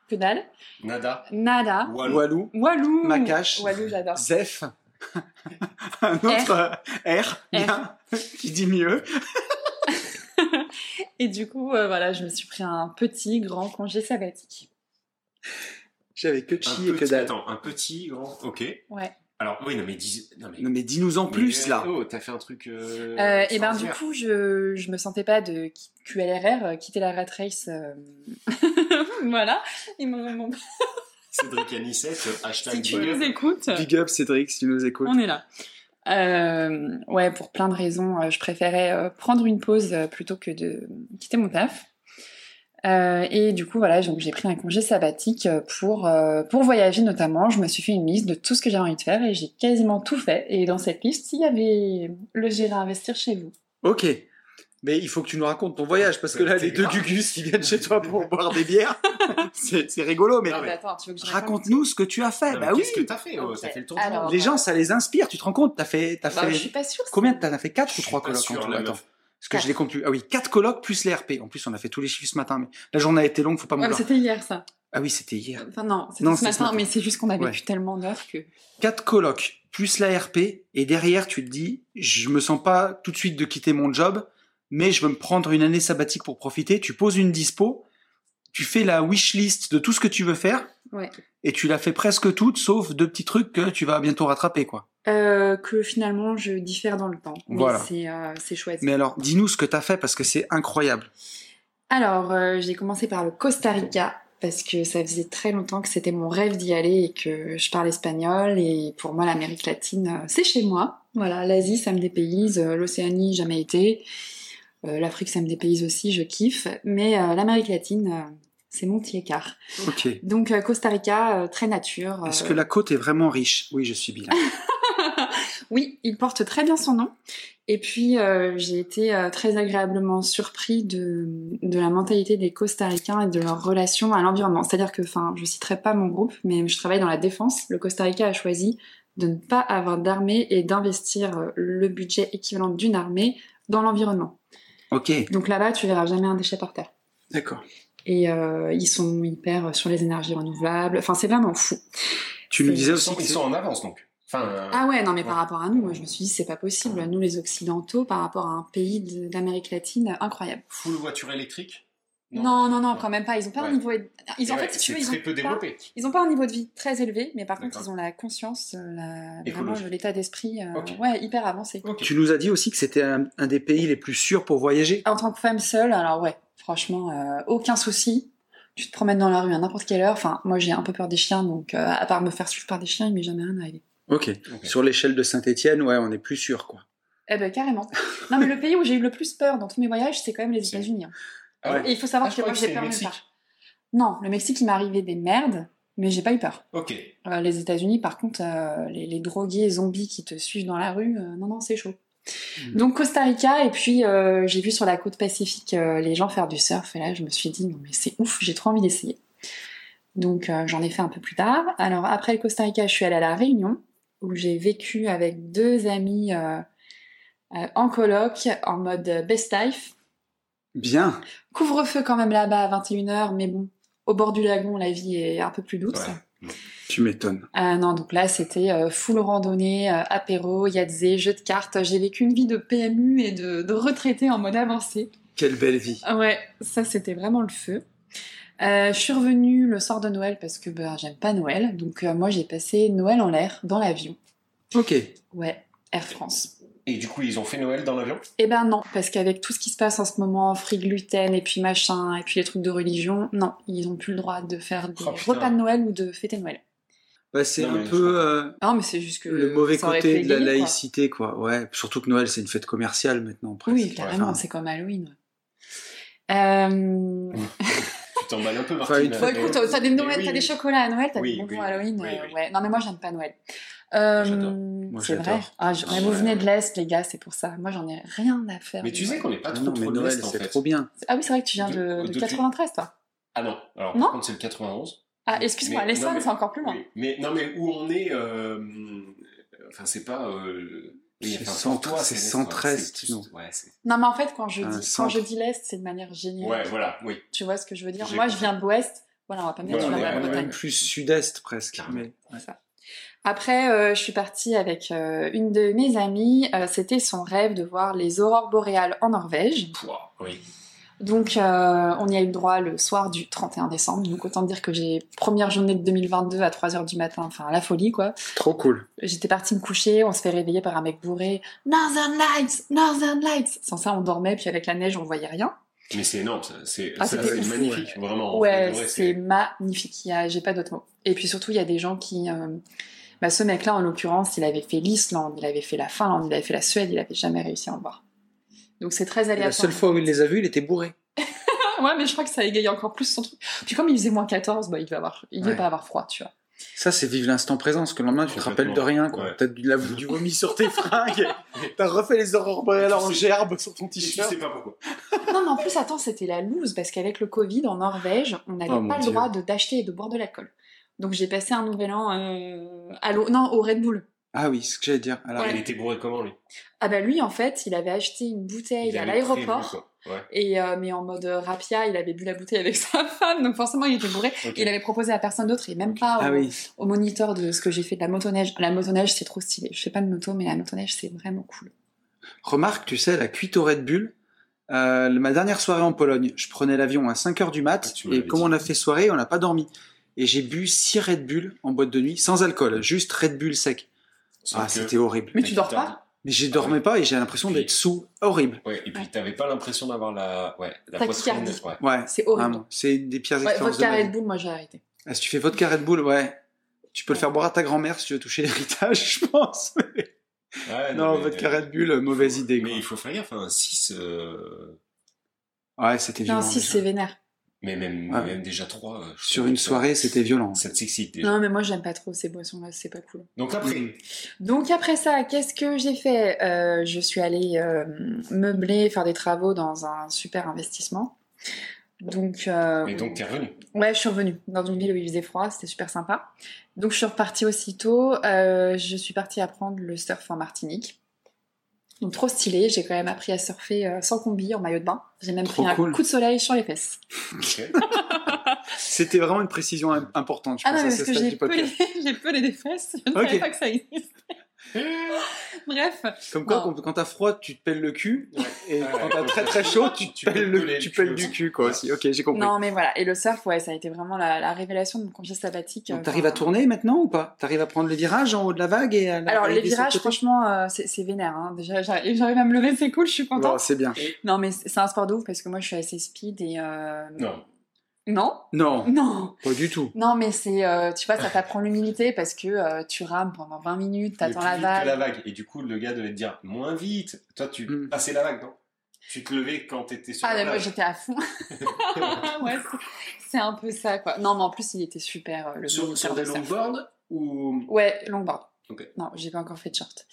S3: que dalle,
S2: Nada.
S3: nada,
S2: Walou.
S4: Walou,
S3: walou.
S4: Macache.
S3: Walou, j'adore.
S4: Zef, un autre euh, R, bien, qui dit mieux.
S3: Et du coup, euh, voilà, je me suis pris un petit, grand congé sabbatique.
S4: J'avais que
S2: Un
S4: chi et que
S2: petit,
S4: dalle.
S2: attends, un petit grand. Ok.
S3: Ouais.
S2: Alors oui, non mais dis, non mais.
S4: Non mais dis-nous en plus
S2: Mais,
S4: là.
S2: Oh, t'as fait un truc. euh,
S3: Euh, et ben du
S2: extraordinaire.
S3: coup, je, je me sentais pas de qui- QLRR, euh, quitter la rat race. euh, voilà. Et mon, mon
S2: Cédric Anissette, euh, hashtag.
S3: si tu
S2: big
S3: nous
S2: up.
S3: écoutes,
S4: Big up Cédric si tu nous écoutes.
S3: on est là. Euh, ouais, pour plein de raisons, euh, je préférais euh, prendre une pause euh, plutôt que de quitter mon taf. Euh, et du coup, voilà, donc j'ai pris un congé sabbatique euh, pour, euh, pour voyager notamment. Je me suis fait une liste de tout ce que j'avais envie de faire et j'ai quasiment tout fait. Et dans cette liste, il y avait le gérer investir chez vous.
S4: Ok. Mais il faut que tu nous racontes ton voyage, parce que là, les deux gugus qui viennent chez toi pour boire des bières, c'est c'est rigolo, mais
S2: Ah ouais.
S3: Attends, tu veux que je raconte
S4: raconte-nous ce que tu as fait.
S2: Non, mais
S4: Bah oui,
S2: Qu'est-ce que t'as fait euh,
S3: Ok.
S2: T'as fait le tour
S3: Alors,
S2: de
S4: les gens, ça les inspire, tu te rends compte T'as fait, t'as
S3: Bah, Je suis
S4: fait
S3: pas sûre.
S4: combien T'en as fait 4 ou 3
S2: pas
S4: colloques en
S2: sûr,
S4: tout
S2: la
S4: Attends,
S2: meuf.
S4: parce que je
S3: Quatre.
S4: les compte plus. Ah oui, 4 colloques plus les RP. En plus, on a fait tous les chiffres ce matin, mais la journée a été longue, faut pas me
S3: Ouais, mais
S4: plaindre.
S3: c'était hier ça.
S4: Ah oui, c'était hier.
S3: Enfin non, c'était
S4: Non,
S3: ce,
S4: c'est ce
S3: matin,
S4: matin.
S3: mais c'est juste qu'on a vécu
S4: Ouais.
S3: tellement d'heures que.
S4: 4 colloques plus la RP, et derrière, tu te dis, je me sens pas tout de suite de quitter mon job, mais je veux me prendre une année sabbatique pour profiter. Tu poses une dispo, tu fais la wish list de tout ce que tu veux faire,
S3: Ouais.
S4: et tu la fais presque toute, sauf deux petits trucs que tu vas bientôt rattraper, quoi.
S3: Euh, que finalement je diffère dans le temps. Mais
S4: Voilà.
S3: C'est euh, c'est chouette.
S4: Mais alors, dis-nous ce que t'as fait parce que c'est incroyable.
S3: Alors, euh, j'ai commencé par le Costa Rica parce que ça faisait très longtemps que c'était mon rêve d'y aller et que je parle espagnol et pour moi l'Amérique latine euh, c'est chez moi. Voilà, l'Asie ça me dépayse, euh, l'Océanie jamais été, euh, l'Afrique ça me dépayse aussi, je kiffe, mais euh, l'Amérique latine euh, c'est mon petit écart.
S4: Ok.
S3: Donc euh, Costa Rica euh, très nature.
S4: Est-ce
S3: euh,
S4: que la côte est vraiment riche Oui, je suis bilingue.
S3: Oui, il porte très bien son nom. Et puis, euh, j'ai été euh, très agréablement surpris de, de la mentalité des Costaricains et de leur relation à l'environnement. C'est-à-dire que, enfin, je citerai pas mon groupe, mais je travaille dans la défense. Le Costa Rica a choisi de ne pas avoir d'armée et d'investir euh, le budget équivalent d'une armée dans l'environnement.
S4: Ok.
S3: Donc là-bas, tu verras jamais un déchet par terre.
S4: D'accord.
S3: Et euh, ils sont hyper sur les énergies renouvelables. Enfin, c'est vraiment fou.
S4: Tu nous
S3: C'est-
S4: disais
S2: Ils
S4: aussi
S2: sont,
S4: que
S2: ils sont en avance donc. Enfin, euh,
S3: Ah ouais, non, mais par
S2: Ouais.
S3: rapport à nous, moi je me suis dit, c'est pas possible. Nous, les Occidentaux, par rapport à un pays de- d'Amérique latine, incroyable.
S2: full voiture électrique
S3: Non, non, non, quand même pas. Ils ont pas un
S2: Ouais.
S3: niveau. Ils, en
S2: Ouais,
S3: fait, si tu veux,
S2: c'est
S3: ils
S2: très peu
S3: ont, pas,
S2: développé.
S3: ils ont pas un niveau de vie très élevé, mais par contre,
S2: D'accord.
S3: ils ont la conscience, euh, la, vraiment
S2: Écologique.
S3: l'état d'esprit, euh,
S2: Ok.
S3: ouais, hyper avancé.
S2: Ok.
S4: tu nous as dit aussi que c'était un, un des pays les plus sûrs pour voyager.
S3: En tant que femme seule, alors ouais, franchement, euh, aucun souci. Tu te promènes dans la rue à n'importe quelle heure. Enfin, moi j'ai un peu peur des chiens, donc euh, à part me faire suivre par des chiens, il m'est jamais rien arrivé.
S4: Ok.
S2: Ok.
S4: Sur l'échelle de Saint-Étienne, ouais, on est plus sûr, quoi.
S3: Eh ben carrément. non, mais le pays où j'ai eu le plus peur dans tous mes voyages, c'est quand même les
S2: C'est-
S3: États-Unis. hein.
S2: Ah ouais.
S3: Et il faut savoir
S2: Ah, je
S3: que moi,
S2: croyais que
S3: j'ai
S2: c'était
S3: peur
S2: le
S3: nulle
S2: Mexique.
S3: part. Non, le Mexique, il m'est arrivé des merdes, mais j'ai pas eu peur.
S2: Ok.
S3: Euh, les États-Unis, par contre, euh, les, les drogués zombies qui te suivent dans la rue, euh, non, non, c'est chaud.
S2: Hmm.
S4: Mm.
S3: Donc Costa Rica, et puis euh, j'ai vu sur la côte pacifique euh, les gens faire du surf, et là je me suis dit, non mais c'est ouf, j'ai trop envie d'essayer. Donc euh, j'en ai fait un peu plus tard. Alors après le Costa Rica, je suis allée à La Réunion, où j'ai vécu avec deux amis euh, euh, en coloc, en mode euh, best life.
S4: Bien.
S3: Couvre-feu quand même là-bas à 21h, mais bon, au bord du lagon, la vie est un peu plus douce.
S2: Ouais.
S4: Tu m'étonnes.
S3: Ah non, donc là, c'était euh, full randonnée, euh, apéro, yatzé, jeu de cartes. J'ai vécu une vie de PMU et de, de retraité en mode avancé.
S4: Quelle belle vie.
S3: Ah Ouais, ça, c'était vraiment le feu. Euh, je suis revenue le soir de Noël parce que ben, j'aime pas Noël. Donc euh, moi, j'ai passé Noël en l'air, dans l'avion.
S4: Ok.
S3: Ouais, Air France.
S2: Et du coup, ils ont fait Noël dans l'avion
S3: Eh ben non, parce qu'avec tout ce qui se passe en ce moment, free gluten et puis machin, et puis les trucs de religion, non, ils ont plus le droit de faire des
S4: Ah,
S2: Oh, putain.
S3: repas de Noël ou de fêter Noël.
S4: Bah, c'est
S2: Non,
S4: un
S2: mais
S4: peu euh,
S3: Non, mais c'est juste que
S4: le mauvais
S3: ça aurait
S4: côté
S3: pu
S4: de la
S3: égayer, quoi.
S4: laïcité, quoi. Ouais. Surtout que Noël, c'est une fête commerciale maintenant, presque.
S3: Oui, carrément,
S4: Enfin,
S3: c'est comme Halloween. ouais. Euh...
S2: Tu t'emballes un peu,
S4: Enfin,
S2: Martine.
S4: une
S3: Bon,
S4: fois-
S2: mais-
S3: Bah, écoute, t'as des,
S2: mais
S3: Noël,
S2: oui,
S3: t'as des
S2: oui.
S3: chocolats à Noël, t'as
S2: Oui,
S3: des bonbons
S2: oui,
S3: à Halloween.
S2: oui,
S3: euh,
S2: oui. Ah,
S3: Ouais. Non, mais moi, j'aime pas Noël. Euh,
S2: j'adore.
S4: Moi,
S3: c'est vrai.
S4: j'adore.
S3: Ah, je-
S2: Ah,
S3: mais vous
S2: ouais.
S3: venez de l'Est, les gars, c'est pour ça. Moi, j'en ai rien à faire.
S2: Mais tu sais qu'on n'est pas
S4: Ah
S2: trop
S4: non,
S2: trop
S4: mais
S2: de l'Est,
S4: Noël,
S2: en
S4: c'est
S2: fait.
S4: trop bien.
S3: Ah oui, c'est vrai que tu viens de,
S2: De-
S3: de
S2: de-
S3: 93, toi.
S2: Ah non, alors
S3: Non
S2: par contre, c'est le 91.
S3: Ah, excuse-moi,
S2: Mais-
S3: l'Essonne,
S2: non, mais-
S3: c'est encore plus loin.
S2: Oui, Mais non, mais où on est. euh, Enfin, c'est pas. euh, oui,
S4: C'est
S2: enfin, pour
S4: centre-
S2: toi,
S4: c'est
S2: l'Est,
S4: centre-est,
S2: ouais, c'est
S4: sinon.
S2: tout- ouais, c'est-
S3: Non, mais en fait, quand je
S4: Un
S3: dis, quand
S4: centre.
S3: je dis l'Est, c'est de manière générale.
S2: Ouais, voilà, oui.
S3: Tu vois ce que je veux dire
S2: J'ai
S3: Moi, je
S2: compris.
S3: viens de l'Ouest. Voilà, on va pas me dire
S2: Voilà,
S3: tu vas
S2: ouais,
S3: à la
S2: ouais,
S3: Bretagne.
S2: ouais.
S4: Plus sud-est, presque.
S2: Carrément.
S4: Mais... ouais.
S3: Après, euh, je suis partie avec euh, une de mes amies. Euh, C'était son rêve de voir les aurores boréales en Norvège.
S2: Pouah, oui.
S3: Donc, euh, on y a eu le droit le soir du 31 décembre. Donc, autant dire que j'ai première journée de 2022 à 3h du matin. Enfin, la folie, quoi.
S4: Trop cool.
S3: J'étais partie me coucher. On se fait réveiller par un mec bourré. Northern Lights Northern Lights Sans ça, on dormait. Puis, avec la neige, on voyait rien.
S2: Mais c'est énorme, ça, c'est
S3: Ah,
S2: ça,
S3: c'était
S2: c'est
S3: ouf,
S2: magnifique, vraiment.
S3: Ouais,
S2: en vrai,
S3: c'est magnifique. Il y a- J'ai pas d'autres mots. Et puis surtout, il y a des gens qui. euh, bah, ce mec-là, en l'occurrence, il avait fait l'Islande, il avait fait la Finlande, il avait fait la Suède, il avait jamais réussi à en voir. Donc c'est
S4: Et
S3: très
S4: la
S3: aléatoire. Ah,
S4: seule fois où il les a vus, il était bourré.
S3: Ouais, mais je crois que ça égaye encore plus son truc. Puis comme il faisait moins 14, bah, il devait, avoir... il devait
S4: Ouais.
S3: pas avoir froid, tu vois.
S4: Ça, c'est vivre l'instant présent, parce que le lendemain, tu te rappelles de rien, quoi.
S2: Ouais.
S4: T'as du, la- du vomi sur tes fringues, t'as refait les aurores boréales en gerbe sur ton
S2: Et tu
S4: t-shirt.
S2: sais pas pourquoi.
S3: Non, mais en plus, attends, c'était la loose parce qu'avec le Covid en Norvège, on n'avait
S4: Oh, mon
S3: pas le
S4: Dieu.
S3: droit de- d'acheter et de boire de l'alcool. Donc j'ai passé un nouvel an euh, à l'eau, non, au Red Bull.
S4: Ah oui, c'est ce que j'allais dire. Alors,
S2: Il était bourré comment lui
S3: Ah bah lui, en fait, il avait acheté une bouteille à
S2: avait prévu,
S3: l'aéroport.
S2: quoi. Ouais.
S3: Et euh, mais en mode rapia, il avait bu la bouteille avec sa femme, donc forcément il était bourré.
S2: Ok.
S3: Et il avait proposé à personne d'autre et même pas au,
S4: Ah oui.
S3: au moniteur de ce que j'ai fait de la motoneige. La motoneige c'est trop stylé. Je fais pas de moto, mais la motoneige c'est vraiment cool.
S4: Remarque, tu sais, la cuite au Red Bull, euh, ma dernière soirée en Pologne, je prenais l'avion à 5h du mat,
S2: Ah, tu me
S4: et
S2: l'avais
S4: comme
S2: dit.
S4: on a fait soirée, on n'a pas dormi. Et j'ai bu 6 Red Bull en boîte de nuit, sans alcool, juste Red Bull sec.
S2: Sauf
S4: Ah,
S2: que
S4: c'était horrible.
S3: Mais tu dors
S2: t'as-
S3: pas
S4: Mais je dormais pas et j'ai l'impression d'être sous. Horrible.
S2: Ouais, et puis
S3: Ouais.
S2: t'avais pas l'impression d'avoir la, ouais, la poitrine.
S3: Tachycardie.
S2: Ouais.
S4: Ouais.
S3: C'est horrible.
S4: Vraiment, c'est une des pires
S3: Ouais,
S4: expériences de
S3: vodka
S4: ma vie.
S3: Red Bull, moi j'ai arrêté.
S4: Ah, si tu fais vodka Red Bull, ouais. Tu peux le faire boire à ta grand-mère si tu veux toucher l'héritage, je pense.
S2: Ouais,
S4: non,
S2: Ah, mais-
S4: vodka Red Bull, euh, mauvaise idée.
S2: Mais il faut faire gaffe, hein. un 6,
S4: quoi. Ouais, c'était violent.
S3: Non, si
S4: déjà.
S3: c'est vénère.
S2: mais même,
S4: Ouais.
S2: même déjà euh, 3.
S4: Sur une soirée, c'était violent.
S2: Ça te s'excite déjà.
S3: Non, Mm. mais moi j'aime pas trop ces boissons-là, c'est pas cool.
S2: Donc après,
S3: Donc après ça, qu'est-ce que j'ai fait Euh, Je suis allée euh, meubler, faire des travaux dans un super investissement. Donc, euh,
S2: et donc t'es revenu.
S3: ouais, je suis revenue dans une ville où il faisait froid, c'était super sympa. Donc je suis repartie aussitôt. Euh, je suis partie apprendre le surf en Martinique. Donc trop stylé, j'ai quand même appris à surfer euh, sans combi, en maillot de bain. J'ai même
S4: Trop
S3: pris
S4: cool.
S3: un coup de soleil sur les fesses.
S2: Ok.
S4: C'était vraiment une précision im- importante, je
S3: Ah
S4: pense,
S3: non, mais
S4: à
S3: parce
S4: ce
S3: que
S4: stade
S3: j'ai
S4: du
S3: pelé,
S4: podcast.
S3: j'ai pelé des fesses, je ne
S4: Ok.
S3: savais pas que ça existe. Bref,
S4: Comme quoi,
S3: Non.
S4: quand- quand t'as froid, tu te pelles le cul.
S2: Ouais.
S4: Et
S2: Ouais.
S4: quand t'as très très chaud, tu te
S2: Tu
S4: pelles,
S2: peux
S4: le,
S2: peler
S4: tu
S2: le
S4: pelles
S2: cul
S4: du
S2: aussi.
S4: cul, quoi, aussi. Ok, j'ai compris.
S3: Non, mais voilà. Et le surf, ouais, ça a été vraiment la, la révélation de mon congé sabbatique.
S4: Donc
S3: Euh,
S4: t'arrives à
S3: enfin,
S4: tourner maintenant ou pas T'arrives à prendre les virages en haut de la vague et à la-
S3: Alors,
S4: à
S3: les
S4: l'élever sur le
S3: virages,
S4: côté
S3: franchement, euh, c'est c'est vénère. hein. Déjà, j'arrive j'arrive à me lever, c'est cool, je suis
S4: Bon,
S3: contente.
S4: c'est bien.
S3: Non, mais c'est c'est un sport de ouf parce que moi, je suis assez speed et. euh,
S2: Non.
S3: Non
S4: Non,
S3: Non
S4: pas du tout.
S3: Non, mais c'est. euh, tu vois, ça t'apprend l'humilité parce que euh, tu rames pendant 20 minutes,
S2: Mais
S3: t'attends
S2: plus
S3: la
S2: vite que
S3: vague. Ah,
S2: la vague. Et du coup, le gars devait te dire moins vite. Toi, tu
S4: Mm.
S2: passais la vague, non Tu te levais quand t'étais sur
S3: Ah,
S2: la
S3: mais moi,
S2: plage.
S3: j'étais à fond. ouais, c'est- c'est un peu ça, quoi. Non, mais en plus, il était super, euh, le
S2: Sur,
S3: ministère
S2: sur des
S3: du surf.
S2: longboards ou.
S3: Ouais, longboard.
S2: Ok.
S3: Non, j'ai pas encore fait de short.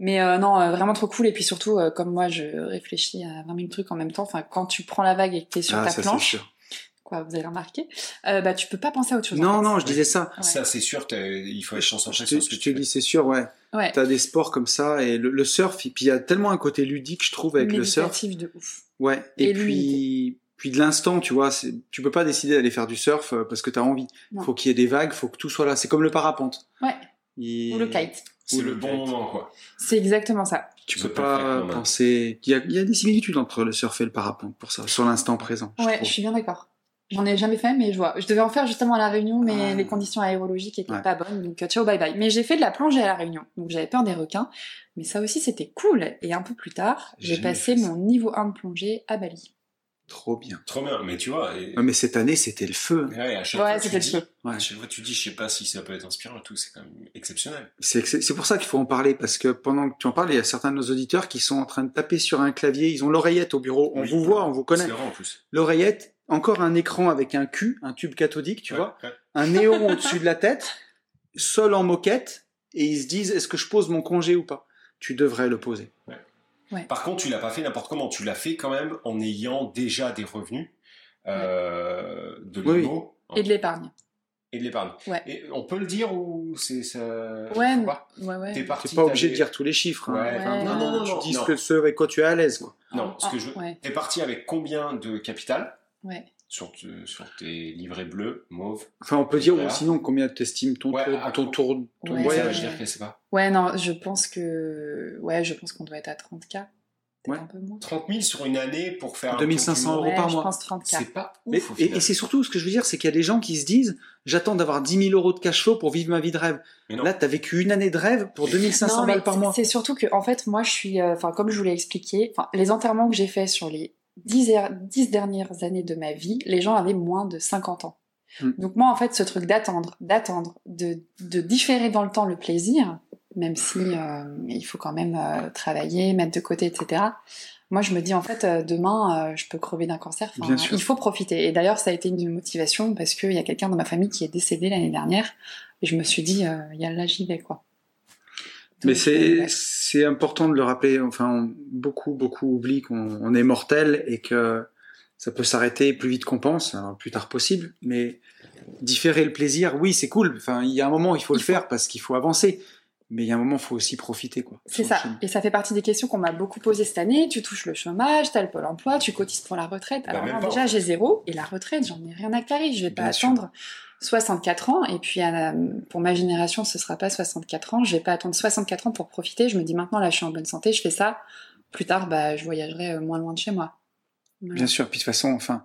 S3: Mais euh, non, euh, vraiment trop cool. Et puis surtout, euh, comme moi, je réfléchis à 20 000 trucs en même temps. Enfin, quand tu prends la vague et que t'es
S2: Ah,
S4: Ah,
S3: sur ta planche, quoi, vous avez remarqué, euh, bah tu peux pas penser à autre chose. en
S4: Non,
S3: fait.
S4: non, je disais ça.
S3: Ouais.
S2: Ça, c'est sûr, t'as- il faut être chanceux
S4: Je
S2: sur
S4: te,
S2: ce que
S4: je te
S2: tu fais.
S4: dis, c'est sûr, ouais.
S3: Ouais.
S4: T'as des sports comme ça et le, le surf, et puis il y a tellement un côté ludique, je trouve, avec le surf.
S3: Méditatif de ouf.
S4: Ouais. Et,
S3: Et
S4: puis, puis de l'instant, tu vois, c'est- tu peux pas décider d'aller faire du surf euh, parce que t'as envie.
S3: Non.
S4: Faut qu'il y ait des vagues, faut que tout soit là. C'est comme le parapente.
S3: Ouais.
S4: Il-
S3: Ou le kite.
S2: C'est
S4: Ou
S2: le
S4: le
S2: bon
S4: fait.
S2: moment, quoi.
S3: C'est exactement ça.
S4: Tu
S2: Je
S4: peux
S2: peux le faire
S4: pas
S2: quand même.
S4: penser. Il y, a, il y a des similitudes entre le surf et le parapente pour ça, sur l'instant présent. je
S3: Ouais, je
S4: trouve.
S3: suis bien d'accord. J'en ai jamais fait, mais je vois. Je devais en faire justement à la Réunion, mais
S4: Ah.
S3: les conditions aérologiques étaient
S4: Ouais.
S3: pas bonnes, donc euh, ciao bye bye. Mais j'ai fait de la plongée à la Réunion, donc j'avais peur des requins, mais ça aussi c'était cool. Et un peu plus tard,
S4: J'ai
S3: j'ai
S4: jamais
S3: passé
S4: fait ça.
S3: mon niveau 1 de plongée à Bali.
S4: Trop bien.
S2: Trop bien, mais tu vois. et-
S4: Ouais, mais cette année, c'était le feu.
S2: Ouais, à chaque
S3: Ouais,
S2: fois, tu
S3: c'était le
S2: dis-
S3: feu.
S2: À chaque fois, tu dis, je sais pas si ça peut être inspirant et tout, c'est quand même exceptionnel.
S4: C'est que c'est- c'est pour ça qu'il faut en parler, parce que pendant que tu en parles, il y a certains de nos auditeurs qui sont en train de taper sur un clavier, ils ont l'oreillette au bureau, on
S2: Oui.
S4: vous voit, on vous
S2: C'est
S4: connaît.
S2: vrai en plus.
S4: L'oreillette, encore un écran avec un cul, un tube cathodique, tu
S2: Ouais,
S4: vois,
S2: ouais.
S4: un néon au-dessus de la tête, seul en moquette, et ils se disent, est-ce que je pose mon congé ou pas Tu devrais le poser.
S2: Par contre, tu l'as pas fait n'importe comment. Tu l'as fait quand même en ayant déjà des revenus euh, de
S4: Oui,
S2: l'IMO hein,
S3: Et de l'épargne.
S2: et de l'épargne.
S3: Ouais.
S2: Et on peut le dire ou c'est ça
S3: Ouais,
S2: faut pas
S3: Ouais, ouais.
S2: T'es parti.
S4: T'es pas
S2: t'avais-
S4: obligé de dire tous les chiffres. hein.
S2: Ouais.
S4: Enfin,
S3: Ouais.
S4: non, non, non,
S2: non,
S4: tu dis
S2: non.
S4: ce que ce avec quoi tu es à l'aise, quoi.
S2: Non, ce
S3: Ah,
S2: que je.
S3: Ouais,
S2: T'es parti avec combien de capital
S3: ouais.
S2: sur, te- sur tes livrets bleus, mauves
S4: Enfin, on peut dire
S2: Voilà.
S4: sinon combien t'estimes ton,
S2: Ouais,
S4: tour,
S2: à-
S4: ton tour, ton
S3: Ouais.
S2: Ça,
S4: voyage.
S2: je veux dire que c'est pas.
S3: Ouais, non, je pense que. Ouais, je pense qu'on doit être à 30K. Peut-être
S4: Ouais.
S3: un peu moins.
S2: 30 000 sur une année pour faire. un tour du
S4: 2500
S2: monde,
S4: euros par
S3: je
S4: mois.
S3: pense 30K.
S2: C'est pas
S4: Mais-
S2: ouf. au
S4: et
S2: final.
S4: et c'est surtout ce que je veux dire, c'est qu'il y a des gens qui se disent j'attends d'avoir 10 000 euros de cash flow pour vivre ma vie de rêve.
S2: Mais non.
S4: Là, t'as vécu une année de rêve pour 2500
S3: Non, mais
S4: balles par
S3: c'est-
S4: mois.
S3: C'est surtout que, en fait, moi, je suis. euh, Enfin, comme je vous l'ai expliqué, enfin, les enterrements que j'ai faits sur les 10, er- 10 dernières années de ma vie, les gens avaient moins de 50 ans.
S4: Hmm.
S3: Donc, moi, en fait, ce truc d'attendre, d'attendre, de, de différer dans le temps le plaisir, même si euh, il faut quand même euh, travailler, mettre de côté, etc. Moi, je me dis en fait, euh, demain, euh, je peux crever d'un cancer. Enfin,
S4: Bien sûr.
S3: Il faut profiter. Et d'ailleurs, ça a été une motivation parce qu'il y a quelqu'un dans ma famille qui est décédé l'année dernière. Et je me suis dit, euh, yalla, j'y vais, quoi.
S4: Mais
S3: Donc, euh,
S4: c'est
S3: ouais.
S4: c'est important de le rappeler. Enfin, on- beaucoup beaucoup oublient qu'on on est mortel et que ça peut s'arrêter plus vite qu'on pense, alors le plus tard possible. Mais différer le plaisir, oui, c'est cool. Enfin, il y a un moment, il faut le
S3: Il faut-
S4: faire parce qu'il faut avancer. Mais il y a un moment, il faut aussi profiter, quoi.
S3: C'est
S4: Sur le
S3: ça.
S4: chemin.
S3: Et ça fait partie des questions qu'on m'a beaucoup posées cette année. Tu touches le chômage, t'as le pôle emploi, tu cotises pour la retraite.
S2: Bah,
S3: Alors
S2: même
S3: là,
S2: pas, en
S3: déjà,
S2: fait.
S3: j'ai zéro. Et la retraite, j'en ai rien à carrer. Je vais pas
S4: Bien sûr.
S3: attendre 64 ans. Et puis, à la- pour ma génération, ce sera pas 64 ans. Je vais pas attendre 64 ans pour profiter. Je me dis maintenant, là, je suis en bonne santé, je fais ça. Plus tard, bah, je voyagerai euh, moins loin de chez moi. Voilà.
S4: Bien sûr. Puis de toute façon, enfin,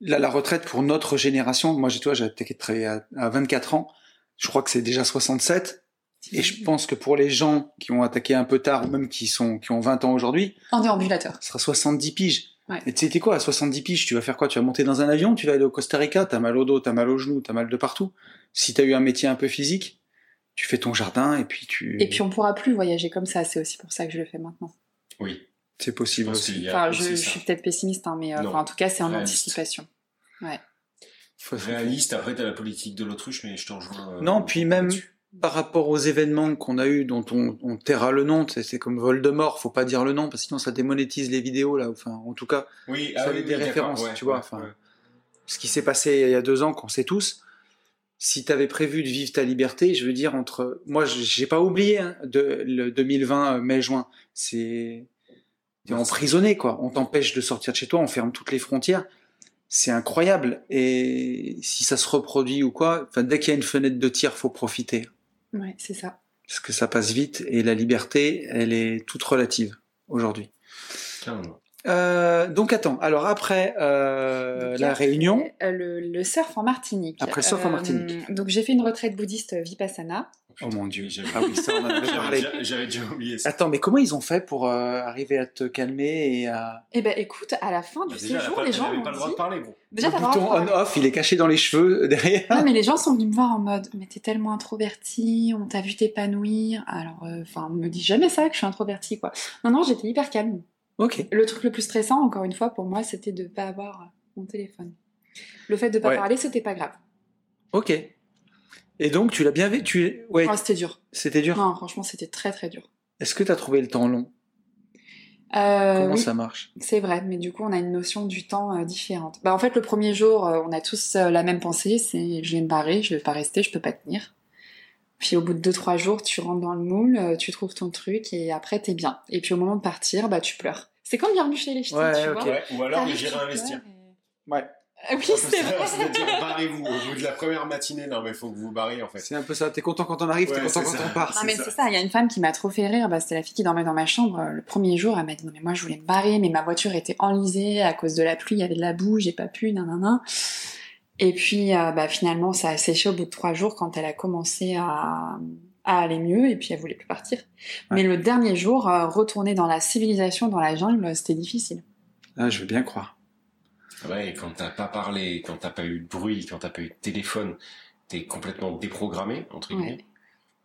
S4: la, la retraite pour notre génération. Moi, j'ai toi, j'ai attaqué de travailler à, à 24 ans. Je crois que c'est déjà 67. Et je pense que pour les gens qui ont attaqué un peu tard, ou même qui sont qui ont 20 ans aujourd'hui,
S3: En déambulateur.
S4: ce sera 70 piges.
S3: Ouais.
S4: Et tu sais t'es quoi, à 70 piges, tu vas faire quoi Tu vas monter dans un avion, tu vas aller au Costa Rica, t'as mal au dos, t'as mal aux genoux, t'as mal de partout. Si t'as eu un métier un peu physique, tu fais ton jardin et puis tu.
S3: Et puis, on pourra plus voyager comme ça. C'est aussi pour ça que je le fais maintenant.
S2: Oui,
S4: C'est
S2: je
S4: possible
S2: pense qu'il
S4: aussi.
S2: y a
S3: Enfin, je,
S2: aussi
S3: je
S2: ça.
S3: suis peut-être pessimiste, hein, mais euh,
S2: Non.
S3: enfin, en tout cas, c'est en
S2: Réaliste.
S3: anticipation.
S4: Faut- faut-
S2: Réaliste, après, t'as la politique de l'autruche, mais je te rejoins. euh,
S4: Non, puis même
S2: là-dessus.
S4: par rapport aux événements qu'on a eu, dont on, on taira le nom, tu sais, c'est comme Voldemort, faut pas dire le nom, parce que sinon ça démonétise les vidéos là. Enfin, en tout cas,
S2: Oui,
S4: ça
S2: ah
S4: avait
S2: oui,
S4: des
S2: oui, d'accord,
S4: références,
S2: ouais,
S4: tu vois,
S2: ouais,
S4: enfin.
S2: ouais.
S4: ce qui s'est passé il y a deux ans, qu'on sait tous, si tu avais prévu de vivre ta liberté, je veux dire, entre. Moi, je- j'ai pas oublié hein, de, le 2020, euh, mai-juin. C'est. T'es emprisonné, quoi. On t'empêche de sortir de chez toi, on ferme toutes les frontières. C'est incroyable. Et si ça se reproduit ou quoi, enfin, dès qu'il y a une fenêtre de tir, faut profiter.
S3: Ouais, c'est ça.
S4: Parce que ça passe vite et la liberté, elle est toute relative aujourd'hui.
S2: Carrément.
S4: Euh, donc attends, alors après euh,
S3: Donc,
S4: la
S3: après,
S4: réunion,
S3: euh, le, le surf en Martinique. Euh,
S4: Après le surf en Martinique.
S3: Donc j'ai fait une retraite bouddhiste euh, vipassana.
S4: oh mon dieu,
S2: Oui, j'avais-
S4: ah oui, ça on en avait
S2: j'avais
S4: parlé.
S2: déjà- J'avais déjà oublié ça.
S4: Attends, mais comment ils ont fait pour euh, arriver à te calmer et à...
S3: Et ben écoute, à la fin du
S2: Bah, déjà, elle a
S3: séjour,
S2: pas-
S3: les
S2: elle
S3: gens
S2: avait
S3: m'ont
S2: pas le droit de
S3: dit.
S2: parler, gros.
S3: Déjà,
S4: le
S3: t'as
S4: bouton
S3: vraiment-
S4: on-off, il est caché dans les cheveux euh, derrière.
S3: Non mais les gens sont venus me voir en mode, mais t'es tellement introverti, on t'a vu t'épanouir. Alors, euh, enfin, on me dit jamais ça que je suis introvertie quoi. Non non, j'étais hyper calme.
S4: Ok.
S3: Le truc le plus stressant, encore une fois, pour moi, c'était de pas avoir euh, mon téléphone. Le fait de pas
S4: Ouais.
S3: parler, c'était pas grave.
S4: Ok. Et donc, tu l'as bien vécu Ouais,
S3: Ah, c'était dur.
S4: c'était dur.
S3: Non, franchement, c'était très très dur.
S4: Est-ce que tu as trouvé le temps long
S3: Euh,
S4: Comment
S3: oui.
S4: ça marche
S3: C'est vrai, mais du coup, on a une notion du temps euh, différente. Bah, en fait, le premier jour, euh, on a tous euh, la même pensée, c'est je vais me barrer, je vais pas rester, je peux pas tenir. Puis au bout de 2-3 jours, tu rentres dans le moule, euh, tu trouves ton truc et après, t'es bien. Et puis au moment de partir, bah, tu pleures. C'est comme bienvenue chez les ch'tis,
S4: Ouais,
S3: tu
S4: ok.
S3: vois.
S2: Ouais, ou alors,
S3: T'arrives, tu
S2: j'irai
S3: pleures
S2: investir.
S3: et-
S4: Ouais.
S3: Ah oui, c'est vrai.
S2: C'est-à-dire, barrez-vous. Au bout de la première matinée, non, mais faut que vous vous barrez, en fait.
S4: C'est un peu ça. T'es content quand on arrive, t'es
S2: Ouais,
S4: content
S2: c'est
S4: quand
S2: ça.
S4: on part.
S3: Non
S2: Ah, C'est
S3: mais
S2: ça.
S3: c'est ça, il y a une femme qui m'a trop fait rire, bah, c'était la fille qui dormait dans ma chambre euh, le premier jour, elle m'a dit non mais moi je voulais me barrer, mais ma voiture était enlisée à cause de la pluie, il y avait de la boue, j'ai pas pu, nan nan nan. Et puis euh, bah, finalement ça a séché au bout de trois jours quand elle a commencé à, à aller mieux et puis elle voulait plus partir. Mais le dernier jour, euh, retourner dans la civilisation, dans la jungle, c'était difficile.
S4: Ah, je veux bien croire.
S2: Ouais, et quand t'as pas parlé, quand t'as pas eu de bruit, quand t'as pas eu de téléphone, t'es complètement déprogrammé, entre
S3: Ouais.
S2: guillemets.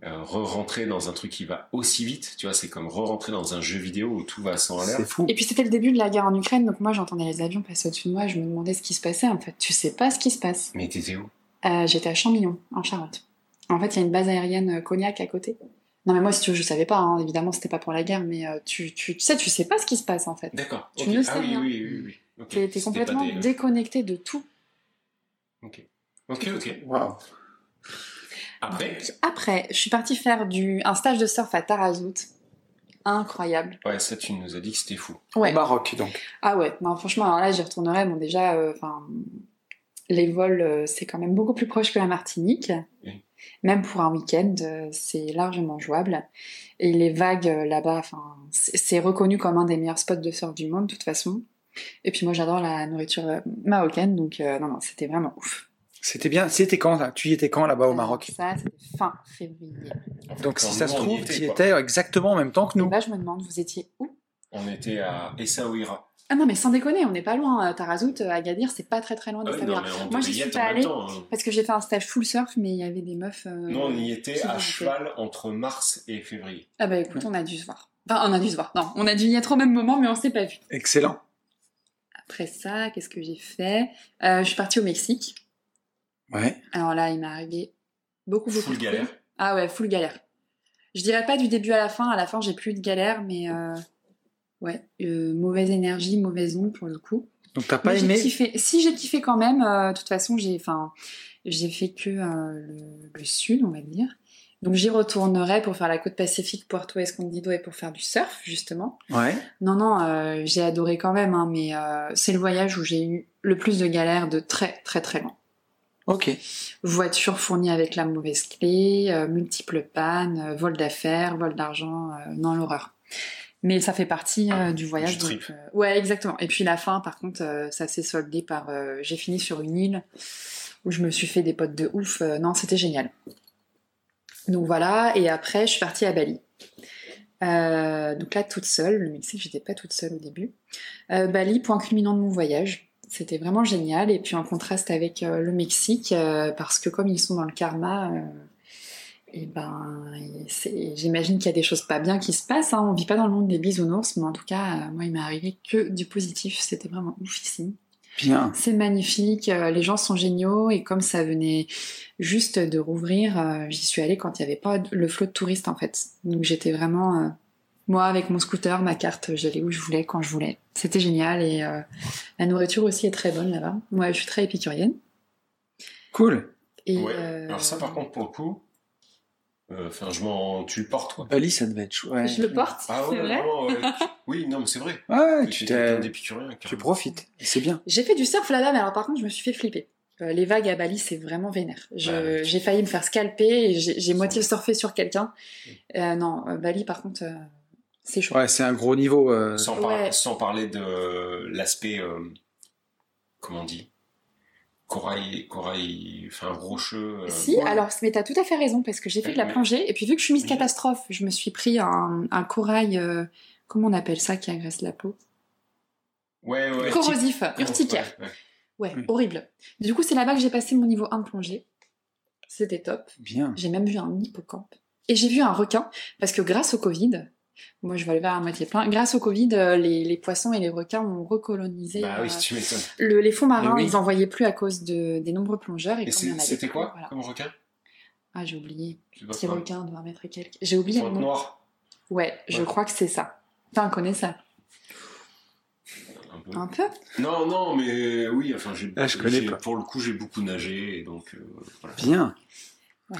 S2: Euh, re-rentrer dans un truc qui va aussi vite, tu vois, c'est comme re-rentrer dans un jeu vidéo où tout va à 100 à l'heure.
S4: C'est fou.
S3: Et puis c'était le début de la guerre en Ukraine, donc moi j'entendais les avions passer au-dessus de moi, je me demandais ce qui se passait, en fait tu sais pas ce qui se passe.
S2: Mais t'étais où
S3: Euh, J'étais à Champmillon, en Charente. En fait, il y a une base aérienne euh, Cognac à côté. Non, mais moi, si tu veux, je savais pas, hein. évidemment, c'était pas pour la guerre, mais euh, tu, tu, tu sais, tu sais pas ce qui se passe en fait.
S2: D'accord.
S3: Tu
S2: ok.
S3: ne sais
S2: ah, oui,
S3: rien.
S2: oui, oui, oui, ok.
S3: T'es t'es
S2: C'était
S3: complètement
S2: pas des-
S3: déconnecté de tout.
S2: Ok, ok.
S4: Waouh.
S2: Après,
S3: Après, je suis partie faire du, un stage de surf à Tarazout. Incroyable.
S2: ouais, ça, tu nous as dit que c'était fou.
S3: Ouais.
S4: Au Maroc, donc.
S3: Ah ouais, non, franchement, alors là, j'y retournerai. Bon, déjà, euh, enfin, les vols, euh, c'est quand même beaucoup plus proche que la Martinique.
S2: Oui.
S3: Même pour un week-end, euh, c'est largement jouable. Et les vagues euh, là-bas, enfin, c'est c'est reconnu comme un des meilleurs spots de surf du monde, de toute façon. Et puis moi, j'adore la nourriture euh, marocaine, donc euh, non, non, c'était vraiment ouf.
S4: C'était bien. C'était quand là Tu y étais quand là-bas au Maroc
S3: Ça, c'était fin février.
S2: En fait,
S4: Donc,
S2: quand
S4: si ça
S2: nous,
S4: se
S2: on y
S4: trouve,
S2: était,
S4: tu y
S2: quoi.
S4: étais exactement en même temps que
S3: Et
S4: nous.
S3: là, je me demande, vous étiez où
S2: On était à Essaouira.
S3: Ah non, mais sans déconner, on n'est pas loin. euh, Tarazout, Agadir, c'est pas très très loin
S2: Ah
S3: des
S2: oui,
S3: Sablières.
S2: non, mais on
S3: Moi,
S2: devait
S3: j'y
S2: y
S3: suis
S2: être
S3: pas
S2: en même
S3: allée
S2: temps, hein.
S3: Parce que j'ai fait un stage full surf, mais il y avait des meufs. euh,
S2: Nous, on y était
S3: qui
S2: à
S3: visitaient.
S2: cheval entre mars et février.
S3: Ah bah écoute, on a dû se voir. Enfin, on a dû se voir. Non, on a dû y être au même moment, mais on s'est pas vu.
S4: Excellent.
S3: Après ça, qu'est-ce que j'ai fait Euh, Je suis partie au Mexique.
S4: Ouais.
S3: Alors là, il m'est arrivé beaucoup, beaucoup.
S2: Full
S3: de
S2: galère.
S3: trucs. Ah ouais, full galère. Je dirais pas du début à la fin. À la fin, j'ai plus eu de galère, mais euh, ouais, euh, mauvaise énergie, mauvaise onde pour le coup.
S4: Donc t'as pas
S3: Mais j'ai
S4: aimé
S3: kiffé. Si j'ai kiffé quand même, euh, de toute façon, j'ai, enfin, j'ai fait que euh, le, le sud, on va dire. Donc j'y retournerai pour faire la côte pacifique, Puerto Escondido et pour faire du surf justement.
S4: Ouais.
S3: Non, non, euh, j'ai adoré quand même, hein, mais euh, c'est le voyage où j'ai eu le plus de galères de très très très loin.
S4: Ok.
S3: Voiture fournie avec la mauvaise clé, euh, multiples pannes, euh, vol d'affaires, vol d'argent, euh, non l'horreur. Mais ça fait partie euh, du voyage.
S2: Du trip.
S3: donc, euh, ouais, exactement. Et puis la fin, par contre, euh, ça s'est soldé par euh, j'ai fini sur une île où je me suis fait des potes de ouf. Euh, non, c'était génial. Donc voilà. Et après, je suis partie à Bali. Euh, donc là, toute seule. Le Mexique, j'étais pas toute seule au début. Euh, Bali, point culminant de mon voyage. C'était vraiment génial. Et puis en contraste avec euh, le Mexique, euh, parce que comme ils sont dans le karma, euh, et ben, c'est- j'imagine qu'il y a des choses pas bien qui se passent. hein. On vit pas dans le monde des bisounours, mais en tout cas, euh, moi, il m'est arrivé que du positif. C'était vraiment oufissime.
S4: Bien.
S3: C'est magnifique, euh, les gens sont géniaux et comme ça venait juste de rouvrir, euh, j'y suis allée quand il n'y avait pas le flot de touristes en fait. Donc j'étais vraiment, euh, moi avec mon scooter, ma carte, j'allais où je voulais, quand je voulais. C'était génial et euh, la nourriture aussi est très bonne là-bas. Moi je suis très épicurienne.
S4: Cool.
S3: Et,
S2: Ouais.
S3: euh,
S2: Alors ça, par contre, pour le coup, euh, enfin, je m'en, tu le portes, quoi.
S4: Bali, ça devait être chouette.
S3: Je le porte,
S2: Ah
S3: c'est
S2: ouais,
S3: vrai.
S2: vraiment, ouais. Oui, non, mais c'est vrai.
S4: Ouais, Ah, tu
S2: Tu quelqu'un
S4: t'es.
S2: d'épicurien.
S4: Tu
S2: carrément.
S4: profites. C'est bien.
S3: J'ai fait du surf là-bas, mais alors par contre je me suis fait flipper. Euh, les vagues à Bali, c'est vraiment vénère. Je-
S2: Bah, ouais.
S3: J'ai failli me faire scalper et j'ai j'ai moitié surfé sur quelqu'un.
S2: Mm.
S3: Euh, non, euh, Bali par contre, euh, c'est chaud.
S4: Ouais, c'est un gros niveau. euh,
S2: Sans, par-
S3: Ouais.
S2: sans parler de l'aspect, euh, comment on dit Corail, corail, enfin rocheux. euh,
S3: Si,
S4: voilà.
S3: alors, mais t'as tout à fait raison, parce que j'ai fait de la
S2: Ouais.
S3: plongée, et puis vu que je suis mise
S2: Mhm.
S3: catastrophe, je me suis pris un, un corail, euh, comment on appelle ça, qui agresse la peau
S2: Ouais, ouais.
S3: Corrosif, urticaire.
S2: Ouais, ouais. Mm.
S3: Ouais,
S4: Oui.
S3: horrible. Du coup, c'est là-bas que j'ai passé mon niveau 1 de plongée. C'était top.
S4: Bien.
S3: J'ai même vu un hippocampe. Et j'ai vu un requin, parce que grâce au Covid, moi je vais le verre à moitié plein, grâce au Covid, euh, les, les poissons et les requins ont recolonisé
S2: Bah oui,
S3: euh,
S2: tu m'étonnes.
S3: le- les fonds marins,
S4: Mais oui.
S3: ils en voyaient plus à cause de, des nombreux plongeurs. Et,
S2: Et
S3: comme il y en
S2: c'est-
S3: avait
S2: c'était
S3: plus,
S2: quoi
S3: voilà.
S2: comme requin
S3: Ah, j'ai oublié.
S2: Je sais pas
S3: Petit
S2: quoi.
S3: requin de 20 mètres et quelques. J'ai oublié le
S2: Pointe
S3: nom.
S2: noire.
S3: Ouais, je
S2: Ouais.
S3: crois que c'est ça. Enfin, on connaît ça.
S2: Un peu.
S3: Un peu.
S2: Non, non, mais oui, enfin, j'ai-
S4: Ah, je connais
S2: j'ai-
S4: pas.
S2: Pour le coup, j'ai beaucoup nagé, et donc euh, voilà.
S4: Bien.
S3: Ouais.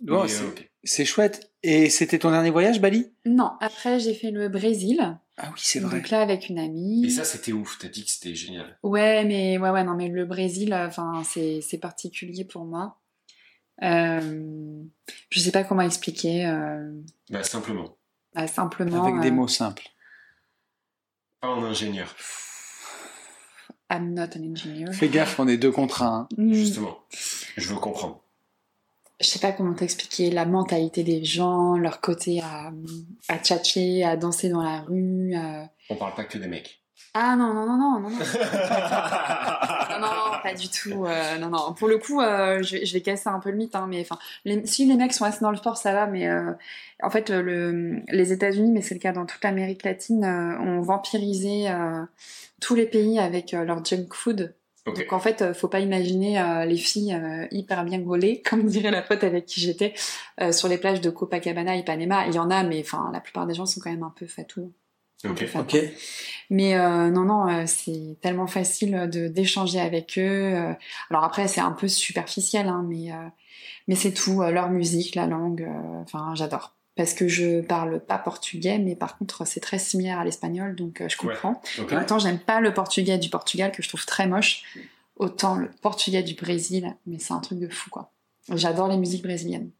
S4: Bon,
S2: Mais,
S4: c'est-
S2: euh, ok.
S4: c'est chouette. Et c'était ton dernier voyage, Bali
S3: Non, après j'ai fait le Brésil.
S4: Ah oui, c'est vrai.
S3: Donc là avec une
S2: Et
S3: amie.
S2: ça, c'était ouf. T'as dit que c'était génial.
S3: Ouais, mais ouais, ouais, non, mais le Brésil, enfin, c'est c'est particulier pour moi. Euh, je sais pas comment expliquer. euh,
S2: Bah simplement.
S3: bah, simplement.
S4: Avec des
S3: euh,
S4: mots simples.
S2: Pas en ingénieur,
S3: I'm not an engineer.
S4: Fais gaffe, on est deux contre un. hein.
S3: Hmm,
S2: justement. Je veux comprendre.
S3: je sais pas comment t'expliquer la mentalité des gens, leur côté à, à tchatcher, à danser dans la rue. à-
S2: On parle pas que des mecs.
S3: Ah non, non, non, non, non, non. Non, non, non,
S2: non,
S3: pas du tout. euh, non, non. Pour le coup, euh, je, vais- je vais casser un peu le mythe. hein, mais enfin, les- si les mecs sont assez dans le sport, ça va. Mais euh, en fait, euh, le, les États-Unis, mais c'est le cas dans toute l'Amérique latine, euh, ont vampirisé euh, tous les pays avec euh, leur junk food.
S2: Ok.
S3: Donc en fait, euh, faut pas imaginer euh, les filles euh, hyper bien gaulées, comme dirait la pote avec qui j'étais, euh, sur les plages de Copacabana, Ipanema. Il y en a, mais enfin, la plupart des gens sont quand même un peu fatous.
S2: Ok.
S4: Ok.
S3: Mais euh, non, non, euh, c'est tellement facile de d'échanger avec eux. euh. Alors après, c'est un peu superficiel, hein, mais euh, mais c'est tout. euh, leur musique, la langue, euh, enfin, j'adore. Parce que je parle pas portugais, mais par contre, c'est très similaire à l'espagnol, donc euh, je
S2: Ouais.
S3: comprends.
S2: Ok.
S3: Et autant j'aime pas le portugais du Portugal que je trouve très moche, autant le portugais du Brésil, mais c'est un truc de fou, quoi. J'adore les musiques brésiliennes.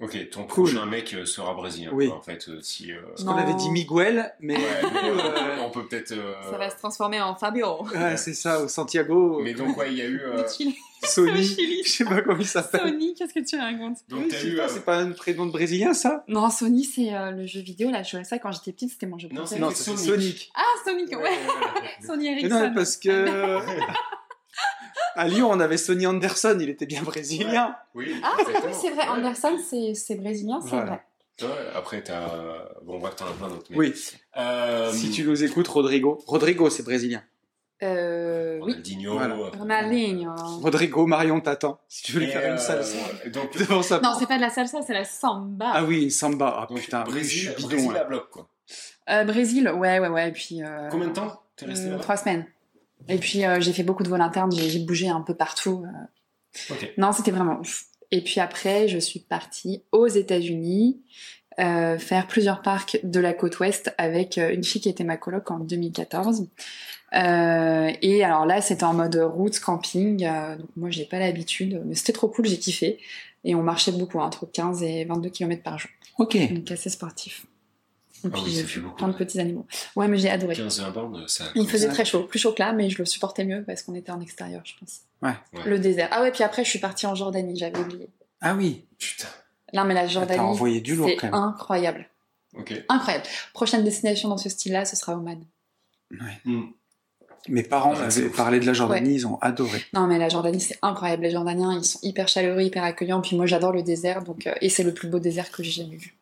S2: Ok. Ton
S4: Cool.
S2: prochain mec euh, sera brésilien.
S4: Oui.
S2: quoi, En fait, euh, si. euh,
S4: Parce qu'on avait dit Miguel, mais.
S3: Ah.
S2: ouais, mais, euh,
S4: Euh,
S2: on peut peut-être. euh,
S3: se transformer en Fabio.
S4: ouais, c'est ça, au Santiago.
S2: Mais donc ouais, il y a eu. euh,
S4: Sony,
S3: Chili.
S4: je sais pas comment il s'appelle.
S3: Sony, qu'est-ce que tu racontes
S2: Donc, t'as
S4: Je sais
S2: eu.
S4: pas,
S2: euh,
S4: C'est pas un prénom de brésilien, ça
S3: Non, Sony, c'est euh, le jeu vidéo. Là, je jouais à ça quand j'étais petite, c'était mon jeu
S2: Non,
S3: préféré.
S2: Non,
S4: Non,
S2: c'est
S4: c'est
S2: Sonic.
S4: Sonic.
S3: Ah, Sonic, ouais. Sony
S4: Mais
S3: Ericsson.
S4: non, mais parce que à Lyon, on avait Sony Anderson, il était bien brésilien.
S2: Oui,
S3: Ah,
S2: exactement.
S3: oui, c'est vrai.
S2: Ouais.
S3: Anderson, c'est c'est brésilien, c'est
S4: Voilà.
S3: vrai.
S2: Ouais, Après, t'as. Bon, bref, t'en as plein d'autres. mais-
S4: Oui,
S2: Euh,
S4: si tu nous écoutes, Rodrigo. Rodrigo, c'est brésilien.
S3: Euh, oui.
S2: Ronaldinho.
S4: Voilà.
S3: Ronaldinho.
S4: Rodrigo, Marion t'attend. Si tu veux lui
S2: Et,
S4: faire une salsa.
S2: euh, Donc,
S4: Devant sa-
S3: Non, c'est pas de la salsa, c'est la samba.
S4: Ah oui, une samba. Ah
S2: donc,
S4: putain, oui, je suis
S2: Brésil,
S4: bidon,
S2: Brésil
S4: hein.
S2: à bloc, quoi.
S3: Euh, Brésil, ouais, ouais, ouais. Et puis, euh,
S2: Combien de temps t'es resté
S3: euh,
S2: là-bas
S3: Trois semaines. Et puis, euh, j'ai fait beaucoup de vols internes, j'ai j'ai bougé un peu partout. euh.
S2: Ok.
S3: Non, c'était vraiment ouf. Et puis après, je suis partie aux États-Unis euh, faire plusieurs parcs de la côte ouest avec euh, une fille qui était ma coloc en 2014. Euh, et alors là, c'était en mode route, camping. euh, donc moi, j'ai pas l'habitude, mais c'était trop cool, j'ai kiffé. Et on marchait beaucoup, hein, entre 15 et 22 km par jour.
S4: Ok.
S3: Donc assez sportif. Et
S2: Ah
S3: puis
S2: oui, ça
S3: j'ai
S2: fait
S3: vu
S2: beaucoup.
S3: plein de petits animaux. Ouais, mais j'ai adoré.
S2: 15-20 bornes, ça.
S3: Il faisait
S4: Ouais.
S3: très chaud, plus chaud que là, mais je le supportais mieux parce qu'on était en extérieur, je pense.
S4: Ouais.
S2: Ouais.
S3: Le désert. Ah ouais, puis après, je suis partie en Jordanie, j'avais oublié.
S4: Ah oui.
S2: Putain.
S3: Non, mais la
S4: Ah, T'as
S3: Jordanie,
S4: envoyé du lourd
S3: c'est
S4: quand même.
S3: incroyable.
S2: Ok.
S3: Incroyable. Prochaine destination dans ce style-là, ce sera Oman.
S4: Mes parents
S2: Ah, c'est
S4: avaient
S2: ouf.
S4: parlé de la Jordanie, ils ont adoré.
S3: Non, mais la Jordanie, c'est incroyable. Les Jordaniens, ils sont hyper chaleureux, hyper accueillants. Puis moi, j'adore le désert, donc, euh, et c'est le plus beau désert que j'ai jamais vu.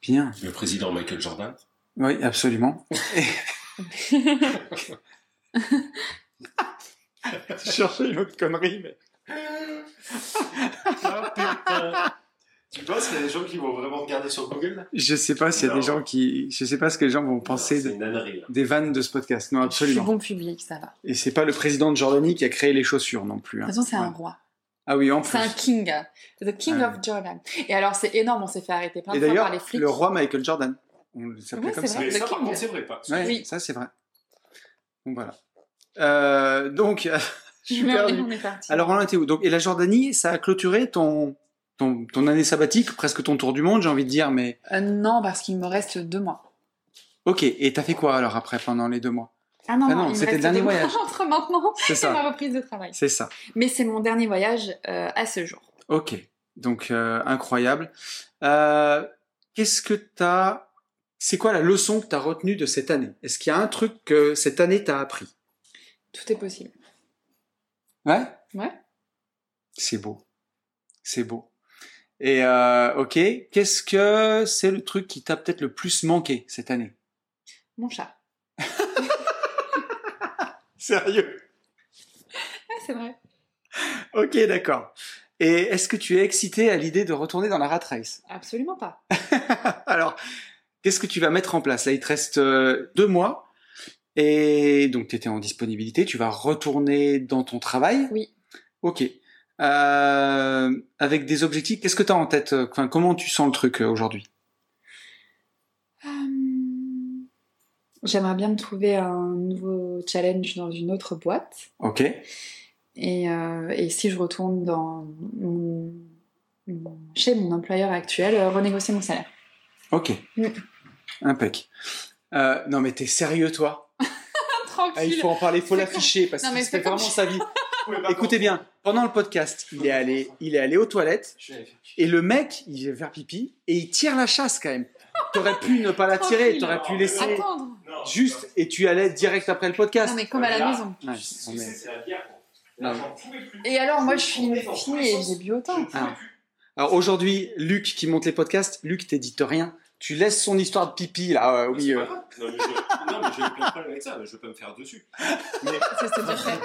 S4: Bien.
S2: Le président Michael Jordan.
S4: Oui, absolument. J'ai cherché une autre connerie, mais.
S2: Ah putain. Tu penses qu'il y a des gens qui vont vraiment regarder sur Google
S4: Je sais pas s'il y a
S2: Non.
S4: des gens qui. Je sais pas ce que les gens vont penser
S2: C'est
S4: de-
S2: une ânerie, là.
S4: des vannes de ce podcast. Non,
S3: Je suis
S4: absolument.
S3: bon public, ça va. De
S4: Et c'est pas le président de Jordanie qui a créé les chaussures non plus. hein.
S3: toute façon, c'est un
S4: Ouais.
S3: roi.
S4: Ah oui, en plus.
S3: C'est un king. The king
S4: Ah
S3: of Jordan. Et alors, c'est énorme, on s'est fait arrêter plein
S4: Et
S3: de fois par
S4: d'ailleurs,
S3: les flics.
S4: le roi Michael Jordan. On le s'appelait
S3: Oui,
S4: comme
S3: c'est
S4: ça.
S3: vrai.
S2: Mais ça,
S3: Le
S2: par
S3: King.
S2: contre, c'est vrai. Pas.
S4: Ouais,
S3: Oui.
S4: ça c'est vrai. Donc voilà. Euh, donc, je suis
S3: Mais on-
S4: perdu.
S3: on est parti.
S4: Alors on en était où Donc, Et la Jordanie, ça a clôturé ton, ton, ton année sabbatique, presque ton tour du monde, j'ai envie de dire, mais.
S3: Euh, non, parce qu'il me reste deux mois.
S4: Ok, et t'as fait quoi alors après pendant les deux mois
S3: Ah non,
S4: Ah
S3: non,
S4: non,
S3: il me
S4: c'était
S3: reste
S4: le dernier
S3: deux mois
S4: voyage.
S3: entre maintenant
S4: C'est
S3: et ma
S4: ça.
S3: reprise de travail.
S4: C'est ça.
S3: Mais c'est mon dernier voyage euh, à ce jour.
S4: Ok. Donc euh, incroyable. Euh, Qu'est-ce que t'as. C'est quoi la leçon que t'as retenue de cette année Est-ce qu'il y a un truc que cette année t'as appris
S3: Tout est possible.
S4: Ouais
S3: Ouais.
S4: C'est beau. C'est beau. Et euh, ok, qu'est-ce que c'est le truc qui t'a peut-être le plus manqué cette année
S3: Mon chat.
S4: Sérieux
S3: Ouais, c'est vrai.
S4: Ok, d'accord. Et est-ce que tu es excité à l'idée de retourner dans la rat race
S3: Absolument pas.
S4: Alors, qu'est-ce que tu vas mettre en place Là, il te reste euh, deux mois. Et donc, tu étais en disponibilité. Tu vas retourner dans ton travail
S3: Oui.
S4: Ok. Euh, avec des objectifs, qu'est-ce que tu as en tête Enfin, Comment tu sens le truc euh, aujourd'hui
S3: Hum, J'aimerais bien me trouver un nouveau challenge dans une autre boîte.
S4: Ok.
S3: Et, euh, et si je retourne dans mon- mon- chez mon employeur actuel, euh, renégocier mon salaire.
S4: Ok.
S3: Mm.
S4: Impec. Euh, non, mais t'es sérieux, toi Ah,
S3: Tranquille.
S4: Il faut en parler, il faut
S3: C'est
S4: l'afficher parce
S3: Non,
S4: que
S3: mais
S4: c'était
S3: c'est comme-
S4: vraiment sa vie. Écoutez bien, pendant le podcast, il est allé, il est allé aux toilettes
S2: Je vais aller faire chier.
S4: et le mec, il va faire pipi et il tire la chasse quand même. T'aurais pu ne pas la tirer,
S3: Tranquille.
S4: t'aurais pu
S2: Non,
S4: laisser
S3: Attendre.
S2: Non,
S4: juste et tu allais direct après le podcast.
S3: Non, mais comme à la
S2: Voilà.
S3: maison.
S4: Ouais,
S2: je sais ce
S4: on
S2: que
S4: est-
S2: c'est, c'est la bière. gros. Là,
S4: Non.
S2: j'en pouvais plus.
S3: Et alors, moi, je suis une fille et j'ai bu autant.
S4: Ah. Alors aujourd'hui, Luc qui monte les podcasts, Luc t'édite rien. Tu laisses son histoire de pipi là euh, au
S2: Mais c'est
S4: milieu.
S2: pas grave. Non, mais je- non, mais j'ai aucun problème avec ça, mais je veux pas me faire dessus. Mais tu
S3: Ça, c'est bien fait.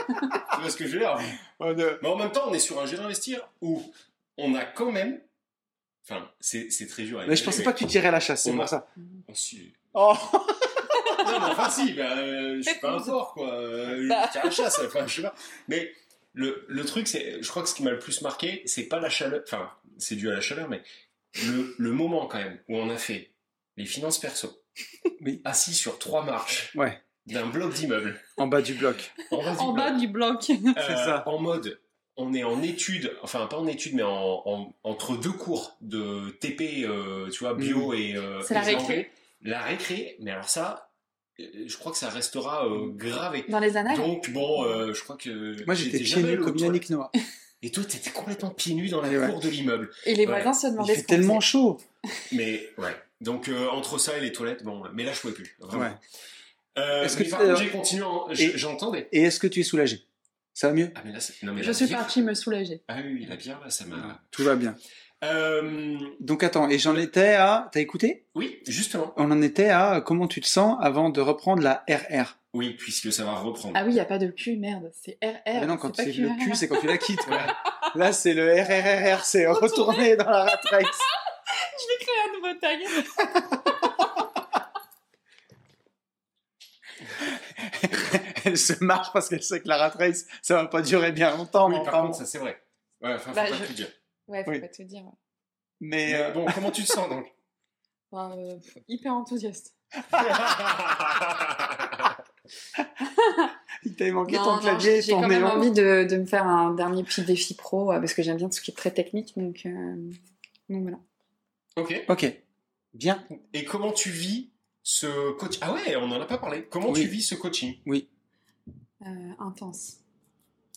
S2: vois ce que je veux dire
S4: Oh, ne-
S2: Mais en même temps, on est sur un jeu d'investir où on a quand même. Enfin, c'est c'est très dur à
S4: Mais je
S2: imaginer,
S4: pensais pas que tu tirais la chasse, c'est
S2: On a-
S4: pour ça.
S2: on s'y-
S4: Oh.
S2: Non, mais enfin, si, bah, euh, je suis pas un porc, quoi. Euh,
S3: Bah.
S2: Je tiens la chasse, enfin, je sais pas. Mais le, le truc, c'est. Je crois que ce qui m'a le plus marqué, c'est pas la chaleur. Enfin, c'est dû à la chaleur, mais le, le moment, quand même, où on a fait les finances perso,
S4: Oui.
S2: assis sur trois marches
S4: Ouais.
S2: d'un bloc d'immeuble.
S4: En bas du bloc.
S3: En bas du bloc.
S2: Euh,
S4: C'est ça.
S2: En mode, on est en étude, enfin pas en étude, mais en, en- entre deux cours
S4: Mm.
S2: de TP, euh, tu vois, bio et. euh,
S3: C'est la
S2: et
S3: récré.
S2: anglais. La récré, mais alors ça, euh, je crois que ça restera euh, gravé.
S3: Dans les annales
S2: Donc bon, euh, je crois que
S4: Mm. Moi, j'étais pieds nus
S2: allé aux
S4: comme
S2: toilettes.
S4: Yannick Noah.
S2: Et toi, t'étais complètement pieds nus dans la
S4: Ouais, ouais.
S2: cour de l'immeuble.
S3: Et les
S2: Ouais.
S3: voisins se
S4: Il
S3: demandaient
S4: fait
S3: ce qu'on
S4: tellement
S3: faisait.
S4: chaud.
S2: Mais ouais. Donc euh, entre ça et les toilettes, bon, mais là je pouvais plus. Vraiment.
S4: Ouais.
S2: Euh,
S4: Est-ce
S2: mais
S4: que
S2: par
S4: tu-
S2: contre, j'ai continué, en- j-
S4: Et-
S2: j'entendais.
S4: Et est-ce que tu es soulagé Ça va mieux
S2: Ah mais là, c'est- non mais
S3: Je
S2: la
S3: suis
S2: bière-
S3: partie me soulager.
S2: Ah oui, la bière là, ça m'a.
S4: Tout va bien.
S2: Euh,
S4: Donc attends, et j'en étais à... T'as écouté
S2: oui, justement.
S4: On en était à comment tu te sens avant de reprendre la RR.
S2: Oui, puisque ça va reprendre.
S3: Ah oui, il n'y a pas de cul, merde, c'est RR.
S4: Ah non, quand
S3: pas
S4: c'est le cul, c'est quand tu la quittes. quoi.
S2: Ouais.
S4: Là, c'est le RRRR, c'est retourner dans la rat race.
S3: Je vais créer un nouveau tag.
S4: Elle se marche parce qu'elle sait que la rat race, ça va pas durer bien longtemps.
S2: oui,
S4: mais
S2: par
S4: enfin,
S2: contre, ça c'est vrai. Ouais, enfin, faut
S3: Bah,
S2: pas
S3: je-
S2: tout dire.
S3: Ouais, faut
S4: Oui.
S3: pas tout dire.
S4: Mais,
S2: Mais
S4: euh,
S2: bon, comment tu te sens donc
S3: Enfin, euh, pff, hyper enthousiaste.
S4: il t'avait manqué
S3: Non,
S4: ton
S3: non,
S4: clavier et
S3: J'ai quand
S4: ton
S3: même
S4: néon.
S3: envie de, de me faire un dernier petit défi pro, euh, parce que j'aime bien tout ce qui est très technique, donc, euh, donc voilà.
S2: Ok.
S4: Ok, bien.
S2: Et comment tu vis ce coach Ah ouais, on en a pas parlé. Comment
S4: Oui.
S2: tu vis ce coaching
S3: Euh, intense.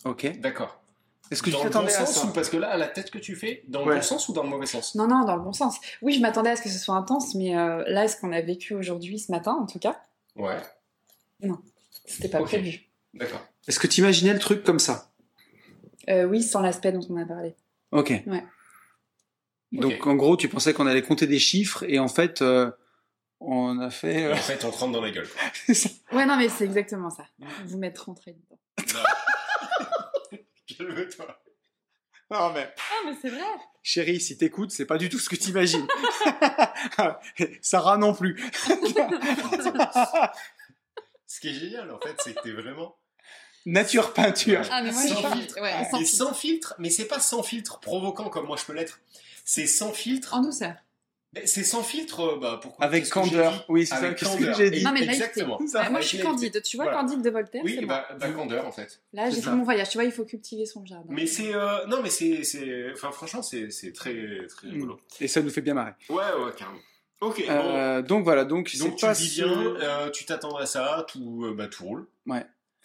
S4: Ok.
S2: D'accord.
S4: Est-ce que
S2: dans
S4: tu
S2: le bon
S4: t'attendais à
S2: sens hein.
S4: ça
S2: ou parce que là, la tête que tu fais, dans le
S4: Ouais.
S2: bon sens ou dans le mauvais sens
S3: Non, non, dans le bon sens. Oui, je m'attendais à ce que ce soit intense, mais euh, là, ce qu'on a vécu aujourd'hui, ce matin en tout cas,
S2: Ouais.
S3: c'était pas
S2: Ok.
S3: prévu.
S2: D'accord.
S4: Est-ce que tu imaginais le truc comme ça
S3: Euh, oui, sans l'aspect dont on a parlé.
S4: Ok.
S3: Ouais.
S4: Donc
S2: Ok.
S4: en gros, tu pensais qu'on allait compter des chiffres et en fait, euh, on a fait.
S2: Et
S4: euh,
S2: En fait, on te rentre dans la gueule. quoi.
S3: Ouais, non, mais c'est exactement ça. Vous m'êtes rentré dedans.
S2: Calme-toi.
S4: Non mais
S3: Ah, mais c'est vrai
S4: chérie, si t'écoutes, c'est pas du tout ce que t'imagines. Sarah non plus.
S2: Ce qui est génial, en fait, c'est que t'es vraiment.
S4: Nature peinture.
S3: Ah, mais moi,
S2: Sans
S3: je suis...
S2: filtre.
S3: Ouais, sans
S2: Et
S3: filtre.
S2: sans filtre, mais c'est pas sans filtre provoquant comme moi je peux l'être. C'est sans filtre.
S3: En douceur.
S2: Mais C'est sans filtre, euh, bah pourquoi
S4: Avec
S2: qu'est-ce que j'ai dit
S4: candeur. Oui, c'est ça.
S2: Avec
S4: Qu'est-ce que
S2: candeur.
S4: j'ai dit
S3: Non, mais là,
S2: Exactement.
S4: Ça
S3: Ouais, moi, je suis candide. Tu vois,
S2: Voilà.
S3: Candide de Voltaire,
S2: Oui,
S3: c'est moi.
S2: bah, bah, candeur en fait.
S3: Là,
S4: c'est
S3: j'ai fait
S4: ça.
S3: mon voyage. Tu vois, il faut cultiver son jardin.
S2: Mais c'est. euh, non, mais c'est. c'est- Enfin, franchement, c'est c'est très, très
S4: Mm.
S2: rigolo.
S4: Et ça nous fait bien marrer.
S2: Ouais, ouais, carrément. Ok, bon.
S4: Euh, donc voilà, donc c'est
S2: Donc tu
S4: pas
S2: dis
S4: ce-
S2: bien, euh, tu t'attends à ça, tout, euh, bah, tout roule.
S4: Ouais.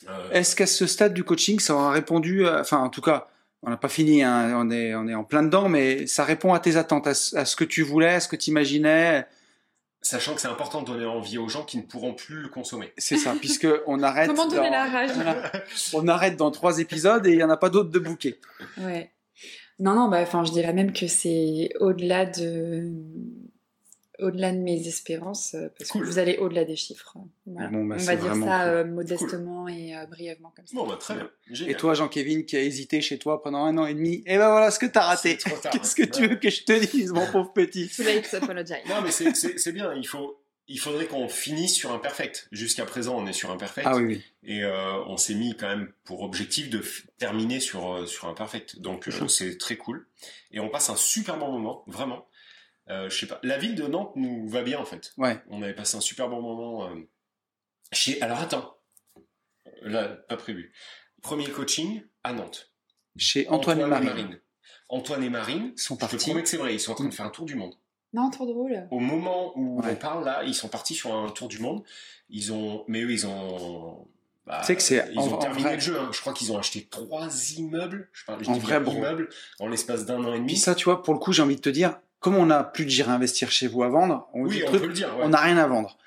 S2: Euh,
S4: Est-ce qu'à ce stade du coaching, ça aura répondu, à- enfin en tout cas, on n'a pas fini, hein, on, est, on est en plein dedans, mais ça répond à tes attentes, à ce, à ce que tu voulais, à ce que tu imaginais,
S2: Sachant que c'est important de donner envie aux gens qui ne pourront plus le consommer.
S4: c'est ça, puisque on arrête.
S3: Comment donner
S4: dans-
S3: la rage
S4: Voilà. On arrête dans trois épisodes et il n'y en a pas d'autres de bouquet.
S3: Ouais. Non, non, bah, enfin, je dirais même que c'est au-delà de... Au-delà de mes espérances, euh, parce
S2: Cool.
S3: que vous allez au-delà des chiffres. Voilà.
S4: Bon, bah,
S3: On
S4: c'est
S3: va dire
S4: vraiment
S3: ça
S4: cool.
S3: euh, modestement et euh, brièvement comme ça.
S2: Bon, bah, très bien. Génial.
S4: Et toi, Jean-Kévin, qui a hésité chez toi pendant un an et demi, et ben voilà ce que t'as raté.
S2: C'est trop tard,
S4: Qu'est-ce que
S2: hein.
S4: tu veux que je te dise, mon pauvre petit
S3: Too late to apologize.
S2: Non, mais c'est- c'est c'est bien. Il, faut, il faudrait qu'on finisse sur un perfect. Jusqu'à présent, on est sur un perfect.
S4: Ah oui, oui.
S2: Et euh, on s'est mis quand même pour objectif de f- terminer sur, euh, sur un perfect. Donc, euh, c'est très cool. Et on passe un super bon moment, vraiment. Euh, je sais pas. La ville de Nantes nous va bien, en fait.
S4: Ouais.
S2: On avait passé un super bon moment. euh, chez... Alors, attends. Là, pas prévu. Premier coaching à Nantes.
S4: Chez Antoine, et Marie.
S2: Antoine et Marine,
S4: Ils sont
S2: je te
S4: partis. Mm.
S2: promets que c'est vrai, ils sont en train de faire un tour du monde.
S3: Non, trop drôle.
S2: Au moment où
S4: Ouais.
S2: on parle là, ils sont partis sur un tour du monde. Ils ont, mais eux, ils ont. bah,
S4: Tu sais que c'est
S2: ils
S4: en-
S2: ont
S4: en
S2: terminé
S4: vrai-
S2: le jeu. hein. Je crois qu'ils ont acheté trois immeubles. Je parle, je
S4: En
S2: dis bien
S4: vrai, bro.
S2: immeubles en l'espace d'un an et
S4: Puis
S2: demi.
S4: ça, tu vois, pour le coup, j'ai envie de te dire, comme on n'a plus de gérer investir chez vous à vendre, on dit
S2: oui,
S4: le
S2: on
S4: truc,
S2: peut le dire. ouais.
S4: on n'a rien à vendre.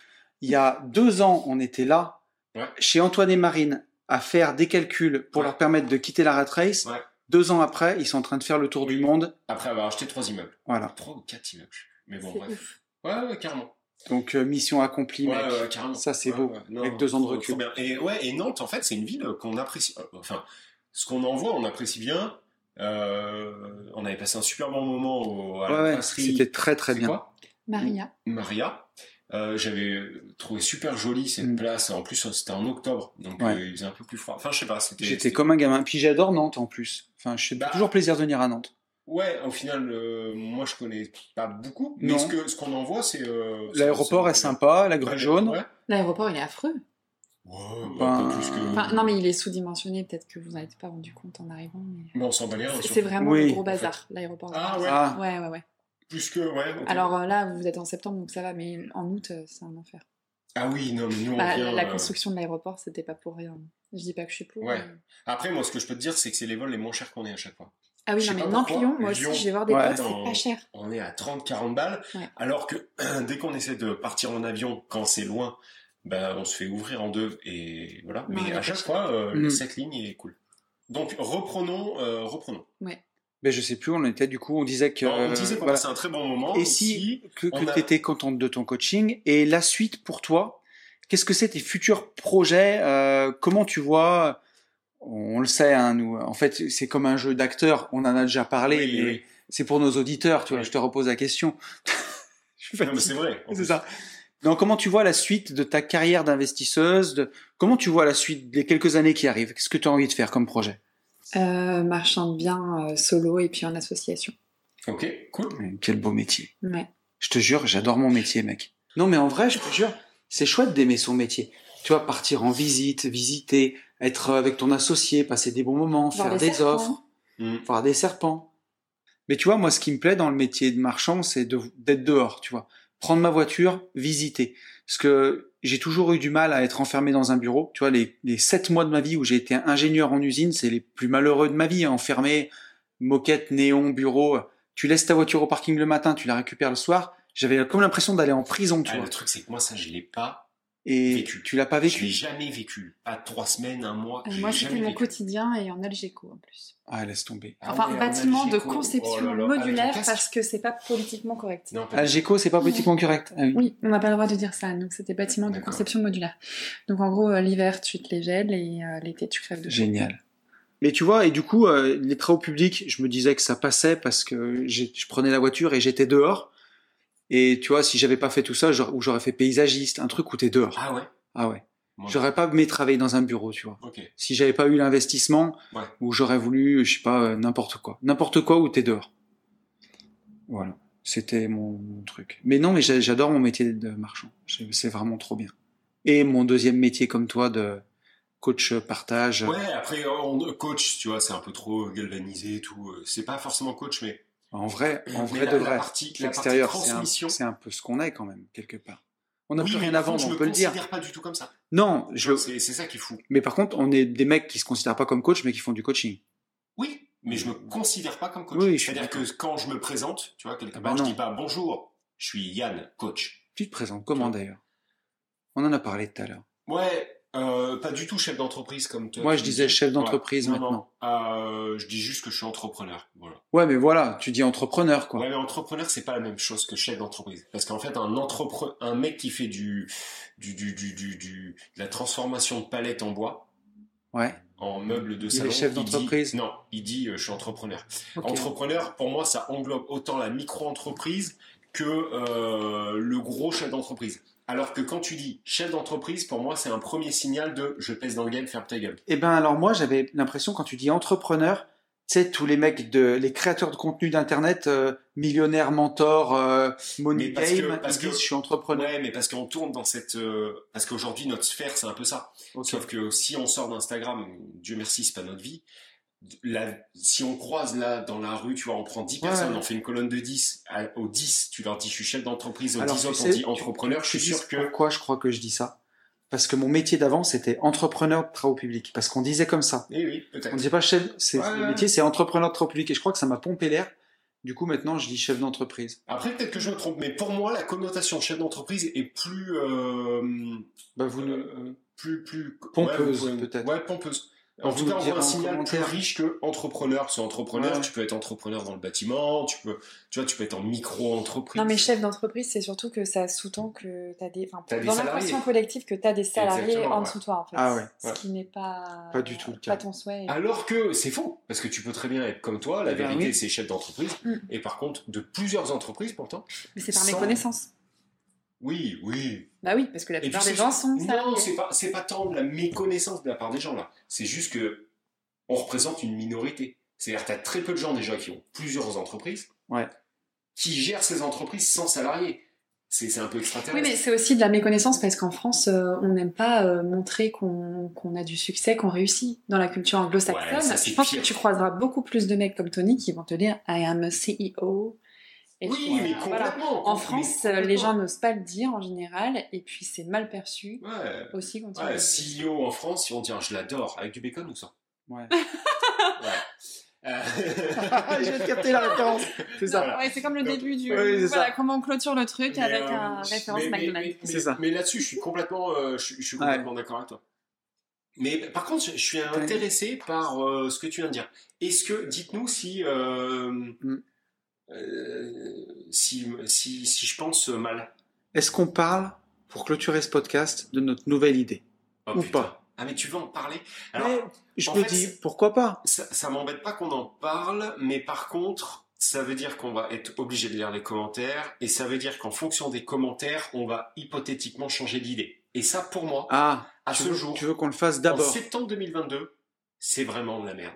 S4: Il y a deux ans, on était là,
S2: Ouais.
S4: chez Antoine et Marine, à faire des calculs pour
S2: Ouais.
S4: leur permettre de quitter la rat race.
S2: Ouais.
S4: Deux ans après, ils sont en train de faire le tour
S2: Oui.
S4: du monde.
S2: Après avoir acheté trois immeubles,
S4: Voilà.
S2: trois ou quatre immeubles. Mais bon,
S3: C'est
S2: bref.
S3: ouf.
S2: Ouais, ouais, carrément.
S4: Donc, euh, mission accomplie,
S2: Ouais,
S4: mec.
S2: ouais, carrément.
S4: Ça, c'est
S2: Ouais,
S4: beau.
S2: ouais. Non,
S4: Avec deux ans de
S2: trop-
S4: recul.
S2: trop bien. Et, ouais, et Nantes, en fait, c'est une ville qu'on apprécie. euh, Enfin, ce qu'on en voit, on apprécie bien. Euh, on avait passé un super bon moment au, à la
S4: Ouais, ouais,
S2: brasserie.
S4: c'était très, très
S2: C'est
S4: bien.
S2: quoi
S3: Maria.
S2: Maria. Euh, J'avais trouvé super jolie cette
S4: Mm.
S2: place. En plus, c'était en octobre, donc
S4: Ouais.
S2: euh, il faisait un peu plus froid. Enfin, je sais pas. c'était-
S4: J'étais
S2: c'était-
S4: comme un gamin. Puis j'adore Nantes en plus. Enfin, je fais
S2: Bah.
S4: toujours plaisir de venir à Nantes.
S2: Ouais, au final, euh, moi je connais pas beaucoup, mais
S4: Non.
S2: ce que- ce qu'on en voit, c'est. euh,
S4: L'aéroport
S2: c'est-
S4: est sympa, la
S2: Ouais,
S4: grue
S2: l'aéroport,
S4: jaune.
S2: Ouais,
S3: L'aéroport, il est affreux.
S2: Ouais,
S4: Ben-
S2: un peu plus que.
S3: Enfin, non, mais il est sous-dimensionné. Peut-être que vous n'en êtes pas rendu compte en arrivant. mais-
S2: Mais on s'en bat les reins,
S3: C'est-
S2: surtout.
S3: C'est vraiment
S4: Oui,
S3: le gros
S2: en fait.
S3: bazar, l'aéroport.
S2: Ah ouais,
S4: Ah,
S3: Ouais, ouais, ouais.
S2: plus que. Ouais, ok.
S3: Alors euh, là, vous êtes en septembre, donc ça va, mais en août, euh, c'est un enfer.
S2: Ah oui, non, mais nous, on
S3: Bah,
S2: vient,
S3: la
S2: euh,
S3: construction de l'aéroport, c'était pas pour rien. Je dis pas que je suis pour.
S2: Ouais.
S3: mais-
S2: Après, moi, ce que je peux te dire, c'est que c'est les vols les moins chers qu'on ait à chaque fois.
S3: Ah oui,
S2: Je
S3: non,
S2: sais
S3: mais
S2: pas
S3: Nantes,
S2: pourquoi,
S3: Lyon, moi
S2: Lyon.
S3: aussi, je vais voir des
S4: Ouais.
S3: potes, c'est
S2: Non.
S3: pas cher.
S2: On est à 30-40 balles,
S3: Ouais.
S2: alors que dès qu'on essaie de partir en avion quand c'est loin, ben, on se fait ouvrir en deux et voilà.
S3: Non,
S2: mais
S3: la
S2: à chaque
S3: personne.
S2: fois, euh,
S4: Mm.
S2: cette ligne est cool. Donc reprenons, euh, reprenons.
S4: Mais je sais plus, on était du coup, on disait que. euh,
S2: on disait qu'on
S4: voilà.
S2: passait un très bon moment.
S4: Et si que,
S2: on a-
S4: tu étais contente de ton coaching et la suite pour toi, qu'est-ce que c'est tes futurs projets euh, Comment tu vois On le sait, hein, nous. En fait, c'est comme un jeu d'acteur. On en a déjà parlé.
S2: Oui,
S4: mais
S2: oui.
S4: C'est pour nos auditeurs. Tu vois,
S2: Oui.
S4: je te repose la question. je suis
S2: Non, mais
S4: fatigué.
S2: c'est vrai. en
S4: C'est
S2: plus.
S4: ça. Donc, comment tu vois la suite de ta carrière d'investisseuse de... Comment tu vois la suite des quelques années qui arrivent Qu'est-ce que tu as envie de faire comme projet
S3: Euh, marchand de biens euh, solo et puis en association.
S2: Ok, cool.
S4: Quel beau métier.
S3: Ouais.
S4: Je te jure, j'adore mon métier, mec. Non, mais en vrai, je te jure, c'est chouette d'aimer son métier. Tu vois, partir en visite, visiter, être avec ton associé, passer des bons moments,
S3: Voir
S4: faire
S3: les
S4: des
S3: serpents.
S4: offres,
S2: Mm.
S4: voir des serpents. Mais tu vois, moi, ce qui me plaît dans le métier de marchand, c'est de- d'être dehors, tu vois. Prendre ma voiture, visiter. Parce que j'ai toujours eu du mal à être enfermé dans un bureau. Tu vois, les, les sept mois de ma vie où j'ai été ingénieur en usine, c'est les plus malheureux de ma vie. hein. Enfermé, moquette, néon, bureau. Tu laisses ta voiture au parking le matin, tu la récupères le soir. J'avais comme l'impression d'aller en prison, tu
S2: Ah,
S4: vois.
S2: le truc, c'est que moi, ça, je l'ai pas
S4: Et
S2: vécu.
S4: tu l'as pas
S2: vécu. Je l'ai
S4: vécu.
S2: jamais vécu. Pas trois semaines, un mois.
S3: Euh,
S2: je
S3: moi,
S2: l'ai
S3: c'était
S2: jamais
S3: mon
S2: vécu.
S3: quotidien et en Algéco en plus.
S4: Ah, laisse tomber.
S2: Ah
S3: enfin,
S2: ouais,
S3: bâtiment
S2: en
S3: de
S2: Algéco, oh là
S3: conception
S2: là, avec le
S3: modulaire
S2: casque.
S3: parce que c'est pas politiquement correct.
S2: Non, pas-
S4: Algeco, c'est pas politiquement correct. Ah oui.
S3: Oui, on n'a pas le droit de dire ça. Donc, c'était bâtiment de
S2: D'accord.
S3: conception modulaire. Donc, en gros, euh, l'hiver, tu te les gèles et euh, l'été, tu crèves de chaud.
S4: Génial. Mais tu vois, et du coup, euh, les travaux publics, je me disais que ça passait parce que j'ai- je prenais la voiture et j'étais dehors. Et tu vois, si j'avais pas fait tout ça, j'aurais- ou j'aurais fait paysagiste, un truc où t'es dehors.
S2: Ah ouais.
S4: Ah ouais.
S2: Moi,
S4: J'aurais pas aimé travailler dans un bureau, tu vois.
S2: Ok.
S4: Si j'avais pas eu l'investissement,
S2: Ouais.
S4: ou j'aurais voulu, je sais pas, euh, n'importe quoi. N'importe quoi où t'es dehors. Voilà. C'était mon, mon truc. Mais non, mais j'a- j'adore mon métier de marchand. J'ai- C'est vraiment trop bien. Et mon deuxième métier comme toi de coach partage.
S2: Ouais, après, oh, on, euh, coach, tu vois, c'est un peu trop galvanisé et tout. euh, C'est pas forcément coach, mais
S4: En vrai, en
S2: Mais
S4: vrai
S2: la-
S4: de
S2: la
S4: vrai.
S2: partie- la
S4: L'extérieur,
S2: partie
S4: c'est un,
S2: transmission-
S4: c'est un peu ce qu'on est quand même, quelque part. On n'a
S2: Oui,
S4: plus
S2: mais au
S4: rien à
S2: fond,
S4: vendre,
S2: je
S4: on
S2: me
S4: peut le dire.
S2: considère pas du tout comme ça.
S4: Non, je le-
S2: C'est c'est ça qui est fou.
S4: mais par contre, on est des mecs qui se considèrent pas comme coach, mais qui font du coaching.
S2: Oui, mais je me considère pas comme coach.
S4: Oui, je suis
S2: C'est-à-dire
S4: d'accord.
S2: que quand je me présente, tu vois, quelque
S4: Ah bah
S2: part, je
S4: non.
S2: dis pas bonjour, je suis Yann, coach.
S4: Tu te présentes comment d'ailleurs On en a parlé tout à l'heure.
S2: Ouais, euh, pas du tout chef d'entreprise comme toi.
S4: Moi,
S2: Euh, tu
S4: je
S2: dis.
S4: disais chef d'entreprise
S2: Ouais. Non,
S4: maintenant.
S2: non, euh, je dis juste que je suis entrepreneur. Voilà.
S4: Ouais, mais voilà, tu dis entrepreneur, quoi.
S2: Ouais, mais entrepreneur, c'est pas la même chose que chef d'entreprise. Parce qu'en fait, un entrepre... un mec qui fait du, du, du, du, du, du- de la transformation de palettes en bois,
S4: Ouais.
S2: en meubles de
S4: est
S2: salon.
S4: chef
S2: dit-
S4: d'entreprise.
S2: Non, il dit euh, je suis entrepreneur.
S4: ok.
S2: Entrepreneur, pour moi, ça englobe autant la micro-entreprise que euh, le gros chef d'entreprise. Alors que quand tu dis chef d'entreprise, pour moi, c'est un premier signal de je pèse dans le game, ferme ta gueule.
S4: Eh ben alors moi, j'avais l'impression quand tu dis entrepreneur, tu sais, tous les mecs de, les créateurs de contenu d'internet, euh, millionnaires, mentors, euh, money
S2: Mais parce que-
S4: game,
S2: parce
S4: ils
S2: que-
S4: disent je suis entrepreneur.
S2: Ouais, mais parce qu'on tourne dans cette. euh, parce qu'aujourd'hui, notre sphère, c'est un peu ça.
S4: Ok.
S2: Sauf que si on sort d'Instagram, Dieu merci, c'est pas notre vie. La- si on croise là dans la rue, tu vois, on prend 10
S4: Ouais.
S2: personnes, on fait une colonne de 10. À- aux 10, tu leur dis je suis chef d'entreprise. Aux
S4: Alors,
S2: 10
S4: tu
S2: autres,
S4: sais,
S2: on dit
S4: tu-
S2: entrepreneur. Je suis
S4: Tu sais
S2: sûr que.
S4: Pourquoi je crois que je dis ça Parce que mon métier d'avant, c'était entrepreneur de travaux publics. Parce qu'on disait comme ça.
S2: Eh oui,
S4: On
S2: peut-être.
S4: disait pas chef, c'est
S2: Ouais,
S4: le
S2: ouais.
S4: métier, c'est entrepreneur de travaux publics. Et je crois que ça m'a pompé l'air. Du coup, maintenant, je dis chef d'entreprise.
S2: Après, peut-être que je me trompe, mais pour moi, la connotation de chef d'entreprise est plus. euh,
S4: Bah, vous ne-
S2: euh, plus, plus
S4: Pompeuse,
S2: ouais, vous pouvez-
S4: peut-être.
S2: Ouais, pompeuse.
S4: Bah,
S2: En
S4: vous
S2: tout
S4: nous
S2: cas, on
S4: direz
S2: voit un
S4: en
S2: signal plus
S4: commentaire.
S2: riche que entrepreneur. C'est entrepreneur,
S4: Ouais.
S2: tu peux être entrepreneur dans le bâtiment, tu peux, tu vois, tu peux être en micro-entreprise.
S3: Non, mais chef d'entreprise, c'est surtout que ça sous-tend que t'as des. Enfin,
S2: T'as des
S3: dans
S2: salariés.
S3: l'inconscient collectif, que t'as des salariés
S2: Exactement,
S3: en
S2: ouais.
S3: dessous de toi, en fait.
S4: Ah ouais,
S3: Ce
S2: ouais.
S3: qui n'est pas.
S4: Pas du tout le cas.
S3: Pas ton souhait.
S2: Alors que c'est faux, parce que tu peux très bien être comme toi, la
S4: Eh ben
S2: vérité
S4: oui.
S2: c'est chef d'entreprise,
S3: Mm.
S2: et par contre de plusieurs entreprises pourtant.
S3: Mais c'est par
S2: sans-
S3: méconnaissance.
S2: Oui, oui.
S3: Bah oui, parce que la
S2: puis,
S3: plupart
S2: c'est-
S3: des gens sont
S2: Non,
S3: salariés.
S2: c'est pas, c'est pas tant de la méconnaissance de la part des gens là, c'est juste que on représente une minorité. C'est-à-dire que tu as très peu de gens déjà qui ont plusieurs entreprises,
S4: Ouais.
S2: qui gèrent ces entreprises sans salariés. C'est c'est un peu extraterrestre.
S3: Oui, mais c'est aussi de la méconnaissance parce qu'en France, euh, on n'aime pas euh, montrer qu'on qu'on a du succès, qu'on réussit. Dans la culture
S2: Ouais,
S3: anglo-saxonne,
S2: ça, c'est
S3: je pense
S2: pire.
S3: que tu croiseras beaucoup plus de mecs comme Tony qui vont te dire I am a CEO E Et
S2: oui,
S3: je trouve-
S2: mais
S3: voilà.
S2: complètement.
S3: En
S2: mais
S3: France, euh,
S2: complètement.
S3: les gens n'osent pas le dire en général, et puis c'est mal perçu
S2: Ouais.
S3: aussi quand on
S2: Ouais,
S3: le-
S2: CEO en France, ils vont dire je l'adore, avec du bacon ou sans
S4: Ouais.
S2: Euh,
S4: je viens de capter la référence. C'est ça.
S2: Voilà.
S3: Ouais, c'est comme le
S2: Donc,
S3: début du.
S4: oui, c'est
S3: voilà, comment on clôture le truc
S2: mais,
S3: avec
S2: euh,
S3: un référence
S2: mais- mais-
S3: McDonald's.
S2: mais-
S4: C'est ça.
S2: Mais là-dessus, je suis complètement, euh, je, suis- je suis
S4: Ouais.
S2: complètement d'accord avec toi. Mais par contre, je je suis intéressé par euh, ce que tu viens de dire. Est-ce que, dites-nous si, euh,
S4: Mm.
S2: euh, si, si, si je pense mal.
S4: Est-ce qu'on parle, pour clôturer ce podcast, de notre nouvelle idée
S2: Oh,
S4: Ou
S2: putain.
S4: pas.
S2: Ah, mais tu veux en parler Alors,
S4: Mais je
S2: en
S4: me
S2: fait,
S4: dis,
S2: c'est-
S4: pourquoi pas
S2: ça, ça m'embête pas qu'on en parle, mais par contre, ça veut dire qu'on va être obligé de lire les commentaires, et ça veut dire qu'en fonction des commentaires, on va hypothétiquement changer d'idée. Et ça, pour moi,
S4: Ah,
S2: à
S4: tu
S2: ce
S4: veux,
S2: jour,
S4: tu veux qu'on le fasse
S2: en
S4: d'abord
S2: septembre 2022, c'est vraiment de la merde.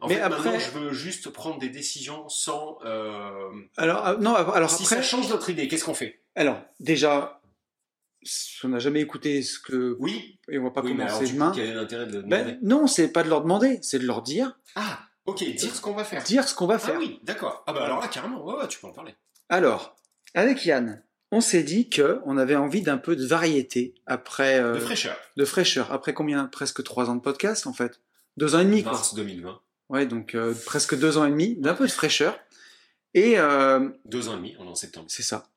S2: En
S4: Mais
S2: fait,
S4: après-
S2: maintenant, je veux juste prendre des décisions sans. euh,
S4: Alors, euh, non, alors
S2: si
S4: après,
S2: ça change notre idée, qu'est-ce qu'on fait
S4: alors, déjà, si on n'a jamais écouté ce que.
S2: Oui,
S4: Et on va pas
S2: oui mais alors,
S4: commencer
S2: du
S4: demain.
S2: coup, quel est l'intérêt de le demander
S4: Ben, non, c'est pas de leur demander, c'est de leur dire,
S2: Ah, ok, dire ce qu'on va faire.
S4: dire ce qu'on va
S2: Ah
S4: faire.
S2: oui, d'accord. Ah bah alors là, carrément, ouais, ouais, tu peux en parler.
S4: Alors, avec Yann, on s'est dit que on avait envie d'un peu de variété après euh,
S2: De fraîcheur.
S4: de fraîcheur. Après combien Presque trois ans de podcast en fait. Deux ans et demi quoi.
S2: Mars 2020,
S4: Ouais, donc euh, presque deux ans et demi d'un peu de fraîcheur. Et euh,
S2: deux ans et demi, on est en septembre.
S4: c'est ça.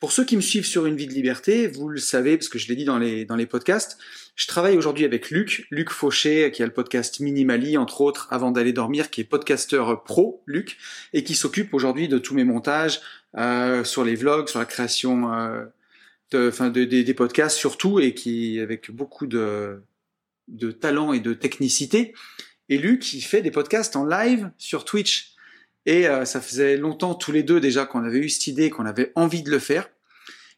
S4: Pour ceux qui me suivent sur Une vie de liberté, vous le savez, parce que je l'ai dit dans les, dans les podcasts, je travaille aujourd'hui avec Luc, Luc Fauché, qui a le podcast Minimali, entre autres, avant d'aller dormir, qui est podcasteur pro, Luc, et qui s'occupe aujourd'hui de tous mes montages, euh, sur les vlogs, sur la création euh, de, enfin, de- des- des podcasts surtout, et qui, avec beaucoup de, de talent et de technicité. Et Luc, il fait des podcasts en live sur Twitch. Et euh, ça faisait longtemps tous les deux déjà qu'on avait eu cette idée, qu'on avait envie de le faire.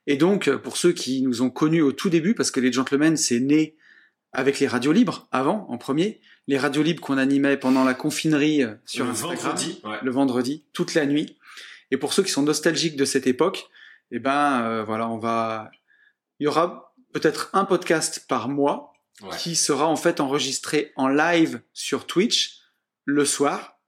S4: Et donc, euh, pour ceux qui nous ont connus au tout début, parce que les gentlemen, c'est né avec les radios libres avant, en premier. Les radios libres qu'on animait pendant la confinerie euh, sur
S2: le
S4: Instagram
S2: vendredi, ouais.
S4: le vendredi, toute la nuit. Et pour ceux qui sont nostalgiques de cette époque, eh ben euh, voilà, on va, il y aura peut-être un podcast par mois
S2: Ouais.
S4: qui sera en fait enregistré en live sur Twitch le soir,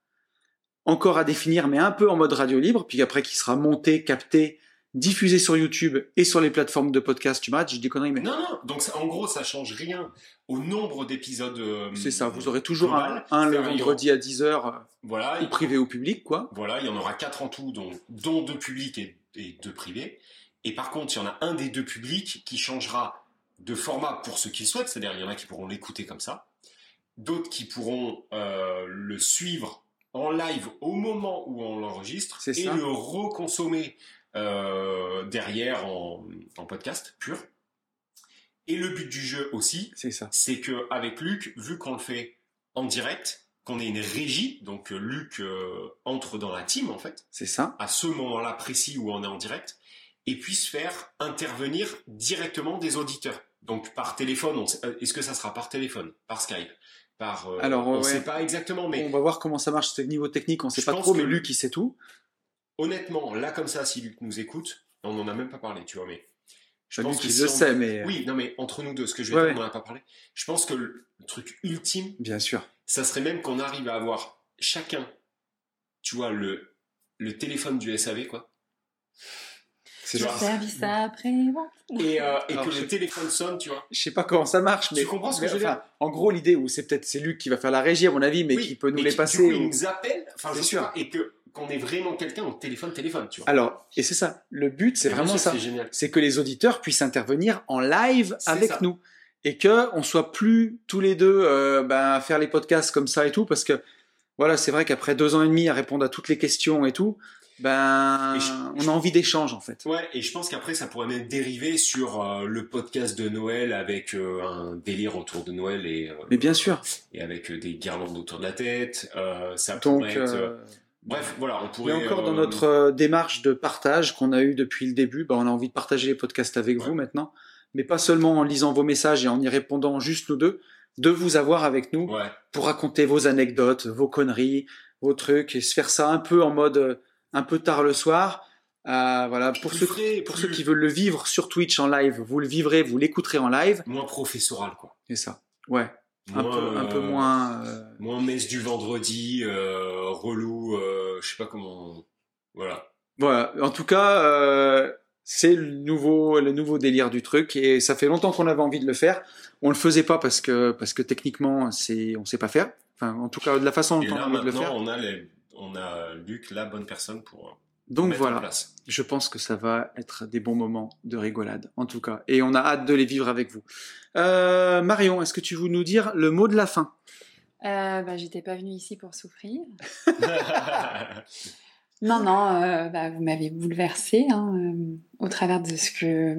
S4: encore à définir, mais un peu en mode radio libre, puis après qui sera monté, capté, diffusé sur YouTube et sur les plateformes de podcast. Tu m'arrêtes, je dis conneries, mais
S2: Non, non, donc ça- en gros, ça change rien au nombre d'épisodes. euh,
S4: c'est ça. Vous aurez toujours un,
S2: global.
S4: un le
S2: C'est-à-dire, il y
S4: vendredi à 10h,
S2: Voilà,
S4: ou
S2: il,
S4: privé au public, quoi.
S2: voilà, il y en aura quatre en tout, dont, dont deux publics et, et deux privés. Et par contre, il y en a un des deux publics qui changera de format pour ceux qui le souhaitent, c'est-à-dire il y en a qui pourront l'écouter comme ça, d'autres qui pourront euh, le suivre en live au moment où on l'enregistre
S4: C'est
S2: et
S4: ça.
S2: le reconsommer euh, derrière en, en podcast pur. Et le but du jeu aussi,
S4: C'est ça.
S2: c'est que avec Luc, vu qu'on le fait en direct, qu'on est une régie, donc euh, Luc euh, entre dans la team en fait,
S4: C'est ça.
S2: à ce moment-là précis où on est en direct, et puisse faire intervenir directement des auditeurs. Donc par téléphone, on sait- euh, est-ce que ça sera par téléphone, par Skype, par euh,
S4: Alors,
S2: on
S4: ouais.
S2: sait pas exactement, mais
S4: On va voir comment ça marche, c'est niveau technique, on sait
S2: Je
S4: pas
S2: pense
S4: trop,
S2: que-
S4: mais Luc, il sait tout.
S2: honnêtement, là comme ça, si Luc nous écoute, on n'en a même pas parlé, tu vois, mais je
S4: Enfin,
S2: pense
S4: Bah, Luc,
S2: que
S4: il
S2: si
S4: le
S2: on-
S4: sait, mais
S2: Oui, non mais entre nous deux, ce que je vais
S4: Ouais,
S2: dire,
S4: ouais.
S2: on n'en a pas parlé. Je pense que le le truc ultime
S4: euh, bien sûr.
S2: ça serait même qu'on arrive à avoir chacun, tu vois, le, le téléphone du SAV, quoi.
S4: C'est
S2: Tu
S4: genre-
S2: vois.
S3: Service après-vente.
S2: Et, euh, et
S4: Alors,
S2: que
S4: je-
S2: le téléphone sonne, tu vois.
S4: Je sais pas comment ça marche, mais.
S2: tu comprends ce que
S4: mais
S2: je veux dire
S4: enfin, En gros, l'idée, où c'est peut-être c'est Luc qui va faire la régie, à mon avis, mais
S2: Oui,
S4: qui peut nous
S2: mais
S4: les
S2: qui,
S4: passer.
S2: Du coup, il
S4: ou-
S2: nous appelle, enfin,
S4: C'est
S2: je sais
S4: sûr.
S2: pas, et que qu'on est vraiment quelqu'un au téléphone, téléphone, tu vois.
S4: Alors, et c'est ça. Le but, c'est
S2: Et
S4: vraiment ça.
S2: C'est génial.
S4: C'est que les auditeurs puissent intervenir en live
S2: C'est
S4: avec
S2: ça.
S4: nous. Et que on soit plus tous les deux euh, ben, à faire les podcasts comme ça et tout, parce que voilà, c'est vrai qu'après deux ans et demi à répondre à toutes les questions et tout, ben
S2: Et je-
S4: on a envie d'échange en fait.
S2: Ouais, et je pense qu'après, ça pourrait même dériver sur euh, le podcast de Noël avec euh, un délire autour de Noël et, euh,
S4: Mais bien sûr.
S2: et avec euh, des guirlandes autour de la tête. euh, ça
S4: Donc,
S2: pourrait être...
S4: euh,
S2: Bref, voilà, on
S4: Et
S2: pourrait...
S4: encore
S2: euh,
S4: dans notre euh, démarche de partage qu'on a eue depuis le début, bah, on a envie de partager les podcasts avec
S2: Ouais.
S4: vous maintenant, mais pas seulement en lisant vos messages et en y répondant juste nous deux, de vous avoir avec nous
S2: Ouais,
S4: pour raconter vos anecdotes, vos conneries, vos trucs, et se faire ça un peu en mode euh, un peu tard le soir. Euh, voilà, pour
S2: Plus
S4: ceux,
S2: frais,
S4: pour
S2: plus-
S4: ceux qui veulent le vivre sur Twitch en live, vous le vivrez, vous l'écouterez en live.
S2: moins professoral, quoi.
S4: Et ça, ouais, un,
S2: Moins,
S4: peu, un peu
S2: euh,
S4: moins. euh,
S2: Moins messe du vendredi, euh, relou, euh, je sais pas comment. Voilà.
S4: Voilà. En tout cas, euh, c'est le nouveau, le nouveau délire du truc et ça fait longtemps qu'on avait envie de le faire. On le faisait pas parce que, parce que techniquement, c'est, on sait pas faire. Enfin, en tout cas, de la façon
S2: Et
S4: dont on
S2: là,
S4: a envie de le
S2: maintenant,
S4: faire.
S2: on a, les- on a Luc, la bonne personne pour euh,
S4: Donc
S2: mettre en
S4: voilà.
S2: place.
S4: Je pense que ça va être des bons moments de rigolade, en tout cas. Et on a hâte de les vivre avec vous. Euh, Marion, est-ce que tu veux nous dire le mot de la fin
S3: Euh, bah, j'étais pas venue ici pour souffrir. Non, non, euh, bah, vous m'avez bouleversée hein, euh, au travers de ce que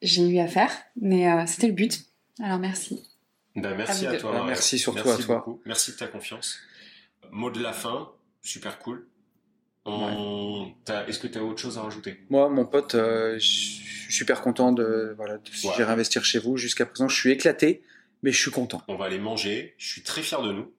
S3: j'ai eu à faire, mais euh, c'était le but. Alors merci.
S2: Ben, merci
S3: À vous
S2: à
S3: deux.
S2: toi.
S4: Ben,
S2: Marie.
S4: merci surtout
S2: Merci
S4: à toi.
S2: beaucoup. Merci de ta confiance. Mot de la fin, super cool. On- t'as- Est-ce que tu as autre chose à rajouter
S4: Moi, mon pote, euh, je suis super content de, voilà, de suggérer
S2: Ouais.
S4: investir chez vous. Jusqu'à présent, je suis éclaté, mais je suis content.
S2: On va aller manger. Je suis très fier de nous.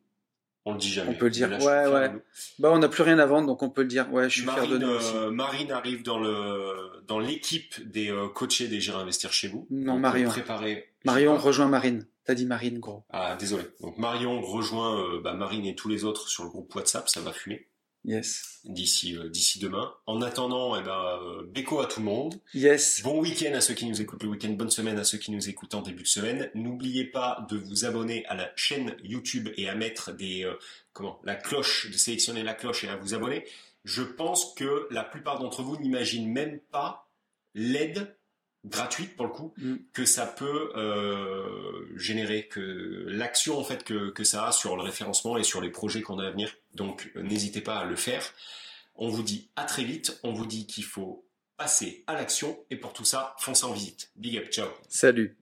S2: On le dit jamais.
S4: On peut le dire.
S2: Mais là, je suis
S4: Ouais,
S2: fier de
S4: ouais.
S2: nous.
S4: Bah, on n'a plus rien à vendre, donc on peut le dire. Ouais, je suis
S2: Marine,
S4: fier de nous
S2: euh,
S4: aussi.
S2: Marine arrive dans le dans l'équipe des euh, coachés des Gérer Investir chez vous.
S4: Non,
S2: Donc,
S4: Marion.
S2: Préparez.
S4: Marion, rejoins Marine. T'as dit Marine, gros.
S2: Ah, désolé. Donc Marion rejoint euh, bah, Marine et tous les autres sur le groupe WhatsApp. Ça va fumer
S4: Yes.
S2: d'ici euh, d'ici demain. En attendant, eh ben, euh, béco à tout le monde.
S4: Yes.
S2: Bon week-end à ceux qui nous écoutent le week-end, bonne semaine à ceux qui nous écoutent en début de semaine. N'oubliez pas de vous abonner à la chaîne YouTube et à mettre des euh, comment la cloche, de sélectionner la cloche et à vous abonner. Je pense que la plupart d'entre vous n'imaginent même pas l'aide gratuite pour le coup
S4: Mm.
S2: que ça peut euh, générer, que l'action en fait que, que ça a sur le référencement et sur les projets qu'on a à venir. Donc euh, n'hésitez pas à le faire. On vous dit à très vite. On vous dit qu'il faut passer à l'action et pour tout ça, foncez en visite. Big up, ciao.
S4: Salut.